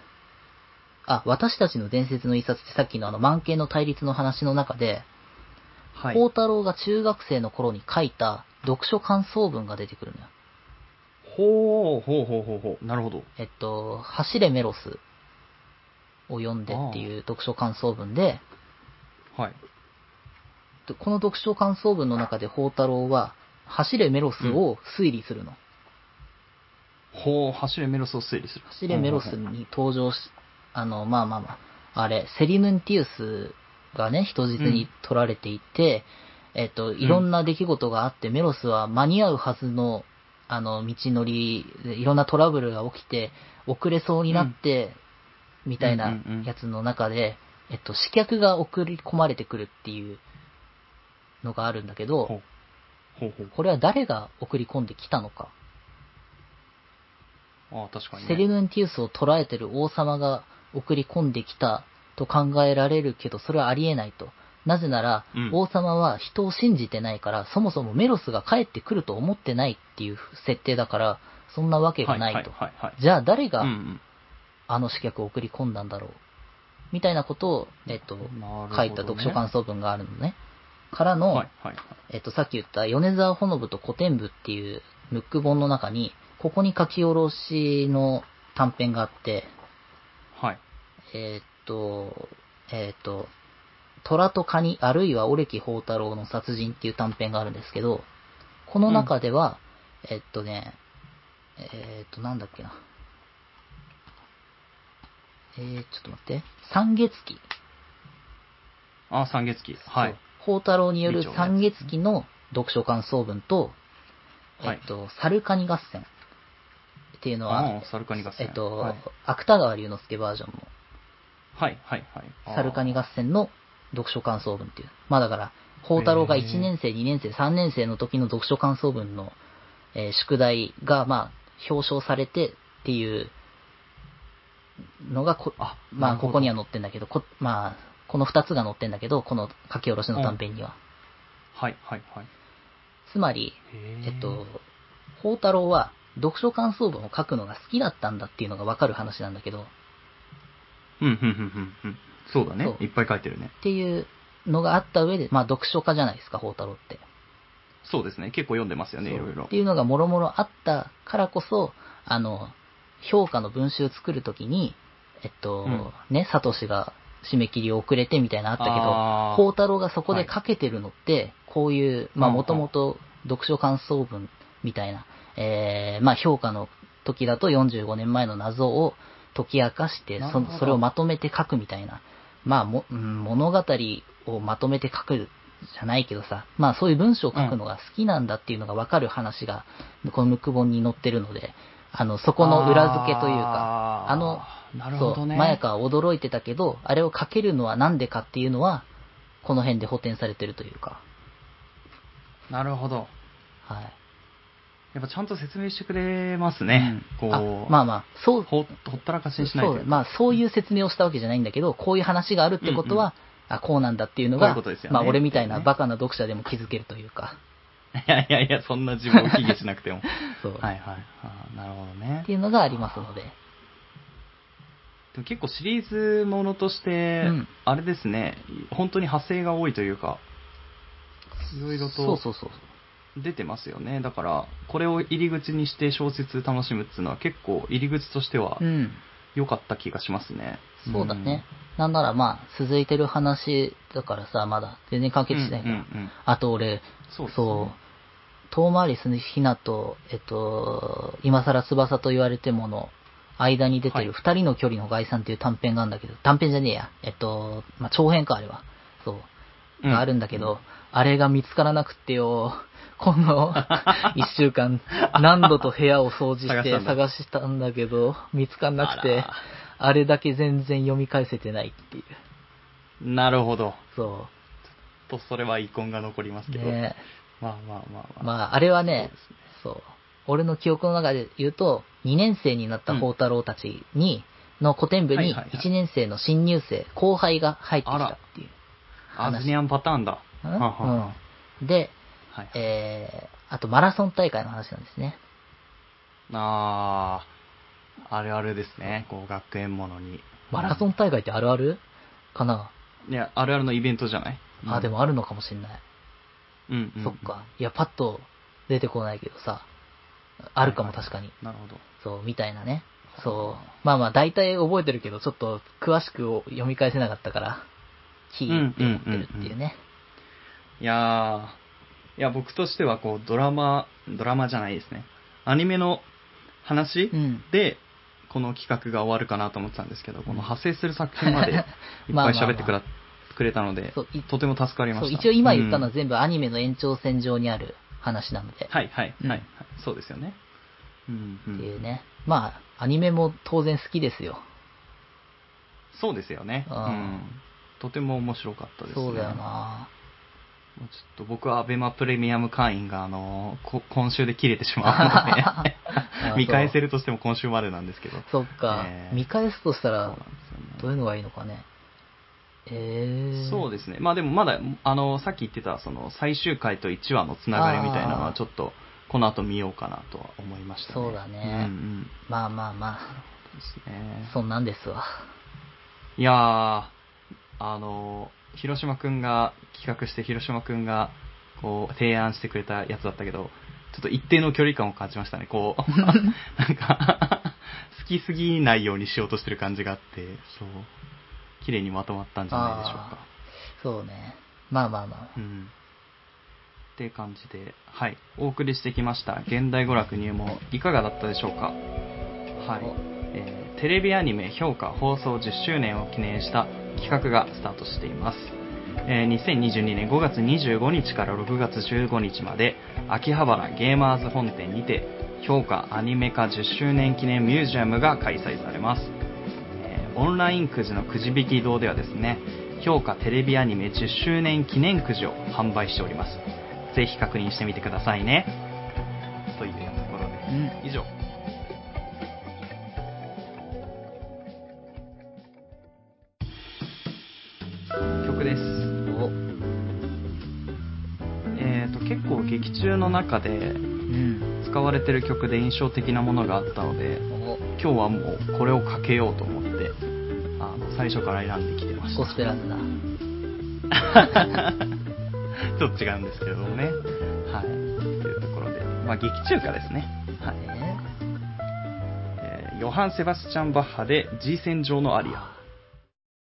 Speaker 1: あ、私たちの伝説の一冊ってさっきのあの、満景の対立の話の中で、
Speaker 2: はい。
Speaker 1: 孝太郎が中学生の頃に書いた読書感想文が出てくるのよ。
Speaker 2: ほうほうほうほうほう。なるほど。
Speaker 1: えっと、走れメロスを読んでっていう読書感想文で、
Speaker 2: はい。
Speaker 1: とこの読書感想文の中で宝太郎は、走れメロスを推理するの。
Speaker 2: ほう、走れメロスを推理する。
Speaker 1: 走れメロスに登場し、あの、まあまあまあ、あれ、セリヌンティウスがね、人質に取られていて、えっと、いろんな出来事があって、メロスは間に合うはずの、あの、道のりで、いろんなトラブルが起きて、遅れそうになって、みたいな
Speaker 2: うんうんうん
Speaker 1: やつの中で、えっと、刺客が送り込まれてくるっていうのがあるんだけど、
Speaker 2: ほうほうほう。
Speaker 1: これは誰が送り込んできたのか。
Speaker 2: ああ、確かに、ね。
Speaker 1: セリヌンティウスを捕らえてる王様が送り込んできたと考えられるけど、それはありえないと。なぜなら、
Speaker 2: うん
Speaker 1: 王様は人を信じてないから、そもそもメロスが帰ってくると思ってないっていう設定だから、そんなわけがないと。
Speaker 2: はいはいはいはい
Speaker 1: じゃあ誰が
Speaker 2: うんうん
Speaker 1: あの刺客を送り込んだんだろうみたいなことを、えっと、
Speaker 2: るほどね
Speaker 1: 書いた読書感想文があるのね。からの、
Speaker 2: はいはいはい。
Speaker 1: えっと、さっき言った米沢ほのぶと古典部っていうムック本の中に、ここに書き下ろしの短編があって、
Speaker 2: はい。
Speaker 1: えーっと、えーっと、虎とカニ、あるいはオレキ宝太郎の殺人っていう短編があるんですけど、この中では、えーっとね、えーっと、なんだっけな。えー、ちょっと待って。三月期。
Speaker 2: あ、三月期。はい。
Speaker 1: 宝太郎による
Speaker 2: 二丁のやつ
Speaker 1: 三月期の読書感想文と、
Speaker 2: はい
Speaker 1: えっと、サルカニ合戦っていうのは
Speaker 2: あ、サルカニ合戦。
Speaker 1: えっと、
Speaker 2: はい、
Speaker 1: 芥川龍之介バージョンの
Speaker 2: はい、はいはい。
Speaker 1: サルカニ
Speaker 2: が。
Speaker 1: 合戦の読書感想文っていう。まあだから、宝太郎が
Speaker 2: へー
Speaker 1: 1年生、2年生、3年生の時の読書感想文の、えー宿題が、まあ、表彰されてっていうのがこ、
Speaker 2: あ
Speaker 1: ま
Speaker 2: な
Speaker 1: あ、
Speaker 2: るほど
Speaker 1: ここには載ってんだけど、こまあ、この2つが載ってんだけど、この書き下ろしの短編には。
Speaker 2: はいはいはい。
Speaker 1: つまり、
Speaker 2: へー
Speaker 1: えっと、宝太郎は読書感想文を書くのが好きだったんだっていうのがわかる話なんだけど、っ
Speaker 2: うんうんうんうんうん。そうだね
Speaker 1: そ。う
Speaker 2: いっぱい書いてるね。
Speaker 1: ていうのがあった上で、まあ、読書家じゃないですか、宝太郎って。
Speaker 2: そうですね。結構読んでますよね、
Speaker 1: そ
Speaker 2: い
Speaker 1: う
Speaker 2: ろいろ
Speaker 1: って。いうのがもろもろあったからこそ、あの、評価の文集作るときに、えっと、
Speaker 2: うん
Speaker 1: ね、サトシが締め切り遅れてみたいなのあったけ
Speaker 2: あ
Speaker 1: ど
Speaker 2: ー、
Speaker 1: 孝太郎がそこでかけてるのって、こういう、まあ
Speaker 2: うんうん
Speaker 1: もともと読書感想文みたいな、えー、まあ評価の時だと45年前の謎を解き明かして
Speaker 2: なるほ
Speaker 1: そ
Speaker 2: ど、
Speaker 1: それをまとめて書くみたいな、まあも、うん物語をまとめて書くじゃないけどさ、まあそういう文章を書くのが好きなんだっていうのがわかる話が、このムック本に載ってるので、あの、そこの裏付けというか、
Speaker 2: あー
Speaker 1: あの、
Speaker 2: なるほどね
Speaker 1: そう、マヤカは驚いてたけど、あれを書けるのはなんでかっていうのは、この辺で補填されてるというか、
Speaker 2: なるほど。
Speaker 1: はい。
Speaker 2: やっぱちゃんと説明してくれますね。こ
Speaker 1: あ
Speaker 2: う、
Speaker 1: まあまあ、そう、
Speaker 2: ほほったらかしにしない
Speaker 1: そ
Speaker 2: というう、か。
Speaker 1: まあそういう説明をしたわけじゃないんだけど、こういう話があるってことは、あ、こうなんだっていうの
Speaker 2: こういう
Speaker 1: が、
Speaker 2: ことですよね
Speaker 1: まあ俺みたいな
Speaker 2: っていうね
Speaker 1: バカな読者でも気づけるというか、
Speaker 2: <laughs> いやいやいや、そんな自分を卑下しなくても。
Speaker 1: <laughs> そう、
Speaker 2: はいはい。あーなるほどね
Speaker 1: っ。ていうのがありますので、
Speaker 2: でも結構シリーズものとして、
Speaker 1: うん
Speaker 2: あれですね、本当に派生が多いというか、いろいろ
Speaker 1: そう
Speaker 2: と
Speaker 1: そうそう。
Speaker 2: 出てますよね。だから、これを入り口にして小説楽しむっていうのは結構入り口としては
Speaker 1: うん。
Speaker 2: 良かった気がしますね。
Speaker 1: そうだね。なんならまあ、続いてる話だからさ、まだ全然完
Speaker 2: うん。
Speaker 1: 結してないから。
Speaker 2: うんうんうん
Speaker 1: あと俺、
Speaker 2: そうですね
Speaker 1: そう、遠回りするひなと、えっと、今更翼と言われてもの、間に出て
Speaker 2: はい
Speaker 1: る二人の距離の概算っていう短編があるんだけど、短編じゃねえや。えっと、まあ、長編か、あれは。そう。
Speaker 2: うん
Speaker 1: があるんだけど、あれが見つからなくってよ、こ
Speaker 2: <laughs>
Speaker 1: の一週間、何度と部屋を掃除
Speaker 2: 探
Speaker 1: して
Speaker 2: したんだ
Speaker 1: 探したんだけど、見つからなく
Speaker 2: あ
Speaker 1: て
Speaker 2: ら、
Speaker 1: あれだけ全然読み返せてないっていう。
Speaker 2: なるほど。
Speaker 1: そ
Speaker 2: と、それは遺恨が残ります
Speaker 1: う。
Speaker 2: けど。
Speaker 1: ね
Speaker 2: まあまあまあまあ。
Speaker 1: まあ、あれは
Speaker 2: そう
Speaker 1: ね
Speaker 2: で、すね
Speaker 1: そう。俺の記憶の中で言うと、2年生になった宝太郎たちに、の古典部
Speaker 2: はい
Speaker 1: に
Speaker 2: はいはい
Speaker 1: 1年生の新入生、後輩が入ってきたっていう。
Speaker 2: アズニアンパターンだ。
Speaker 1: うん
Speaker 2: はあはあは
Speaker 1: うんで、
Speaker 2: あはい
Speaker 1: えー、あとマラソン大会の話なんですね。
Speaker 2: ああ、あるあるですね。こう、学園ものに。
Speaker 1: マラソン大会ってあるあるかな、
Speaker 2: いや、あるあるのイベントじゃない
Speaker 1: あ、で
Speaker 2: も、
Speaker 1: もあるのかもしんない。
Speaker 2: うん、うん
Speaker 1: そっ。か。いや、パッと出てこないけどさ、あるかも
Speaker 2: はいはい
Speaker 1: 確かに。
Speaker 2: なるほど。
Speaker 1: そう、みたいなね。そう。まあまあ、大体覚えてるけど、ちょっと詳しくを読み返せなかったから、キーって思ってるっていうね。
Speaker 2: いやー、いや、僕としては、こう、ドラマ、ドラマじゃないですね。アニメの話、
Speaker 1: うん。
Speaker 2: で、この企画が終わるかなと思ってたんですけど、この派生する作品までいっ
Speaker 1: <laughs> まあま
Speaker 2: ぱ
Speaker 1: あ
Speaker 2: い喋ってくらくれたので
Speaker 1: そうい、
Speaker 2: とても助かりま
Speaker 1: そう、
Speaker 2: した。
Speaker 1: 一応今言ったのは
Speaker 2: うん
Speaker 1: 全部アニメの延長線上にある話なので、
Speaker 2: はいはいはい、
Speaker 1: うん
Speaker 2: はいそうですよね。うんうん
Speaker 1: っていうね。まあ、アニメも当然好きですよ。
Speaker 2: そうですよね、う
Speaker 1: あー
Speaker 2: ん。とても面白かったですね。
Speaker 1: そうだよな
Speaker 2: もうちょっと僕はアベマプレミアム会員が、あのー <laughs> こ今週で切れてしまうので
Speaker 1: あー
Speaker 2: <laughs> 見返せるとしても今週までなんですけど。そ
Speaker 1: そ
Speaker 2: う
Speaker 1: っか、
Speaker 2: ねえ
Speaker 1: 見返すとした
Speaker 2: な
Speaker 1: ら
Speaker 2: ん、です
Speaker 1: どう
Speaker 2: よね
Speaker 1: いうのがいいのかね。えー。
Speaker 2: そうですね。まあでもまだ、あのーさっき言ってた、その、最終回と1話のつながりみたいなのは、
Speaker 1: あー
Speaker 2: ちょっと、この後見ようかなとは思いましたね。
Speaker 1: そうだね
Speaker 2: うんうん。
Speaker 1: まあまあま
Speaker 2: そうですね
Speaker 1: あ、。そんなんですわ。
Speaker 2: いやー、あのー広島くんが企画して、広島くんが、こう、提案してくれたやつだったけど、ちょっと一定の距離感を感じましたね。こう、なんか、好きすぎないようにしようとしてる感じがあって、そう、綺麗にまとまったんじゃないでしょうか。
Speaker 1: そうね。まあまあまあ。
Speaker 2: うん。って感じで、はい、お送りしてきました。現代娯楽入門、いかがだったでしょうかはい
Speaker 1: お。
Speaker 2: えーテレビアニメ評価放送10周年を記念した企画がスタートしています。えー2022年5月25日から6月15日まで、秋葉原ゲーマーズ本店にて、評価アニメ化10周年記念ミュージアムが開催されます。えーオンラインくじのくじ引き堂ではですね評価テレビアニメ10周年記念くじを販売しておりますぜひ確認してみてくださいねというところ
Speaker 1: うん
Speaker 2: で以上曲です。
Speaker 1: お
Speaker 2: えっ、と、結構劇中の中で
Speaker 1: うん
Speaker 2: 使われてる曲で印象的なものがあったので、
Speaker 1: お
Speaker 2: 今日はもうこれをかけようと思って、あの、最初から選んできてました
Speaker 1: ゴ。スペラーズだ
Speaker 2: ちょっと違うんですけ <laughs> れどもね。はい。というところで、まあ、劇中歌ですね。はい。
Speaker 1: ね
Speaker 2: えーヨハン・セバスチャン・バッハで G 戦場のアリア。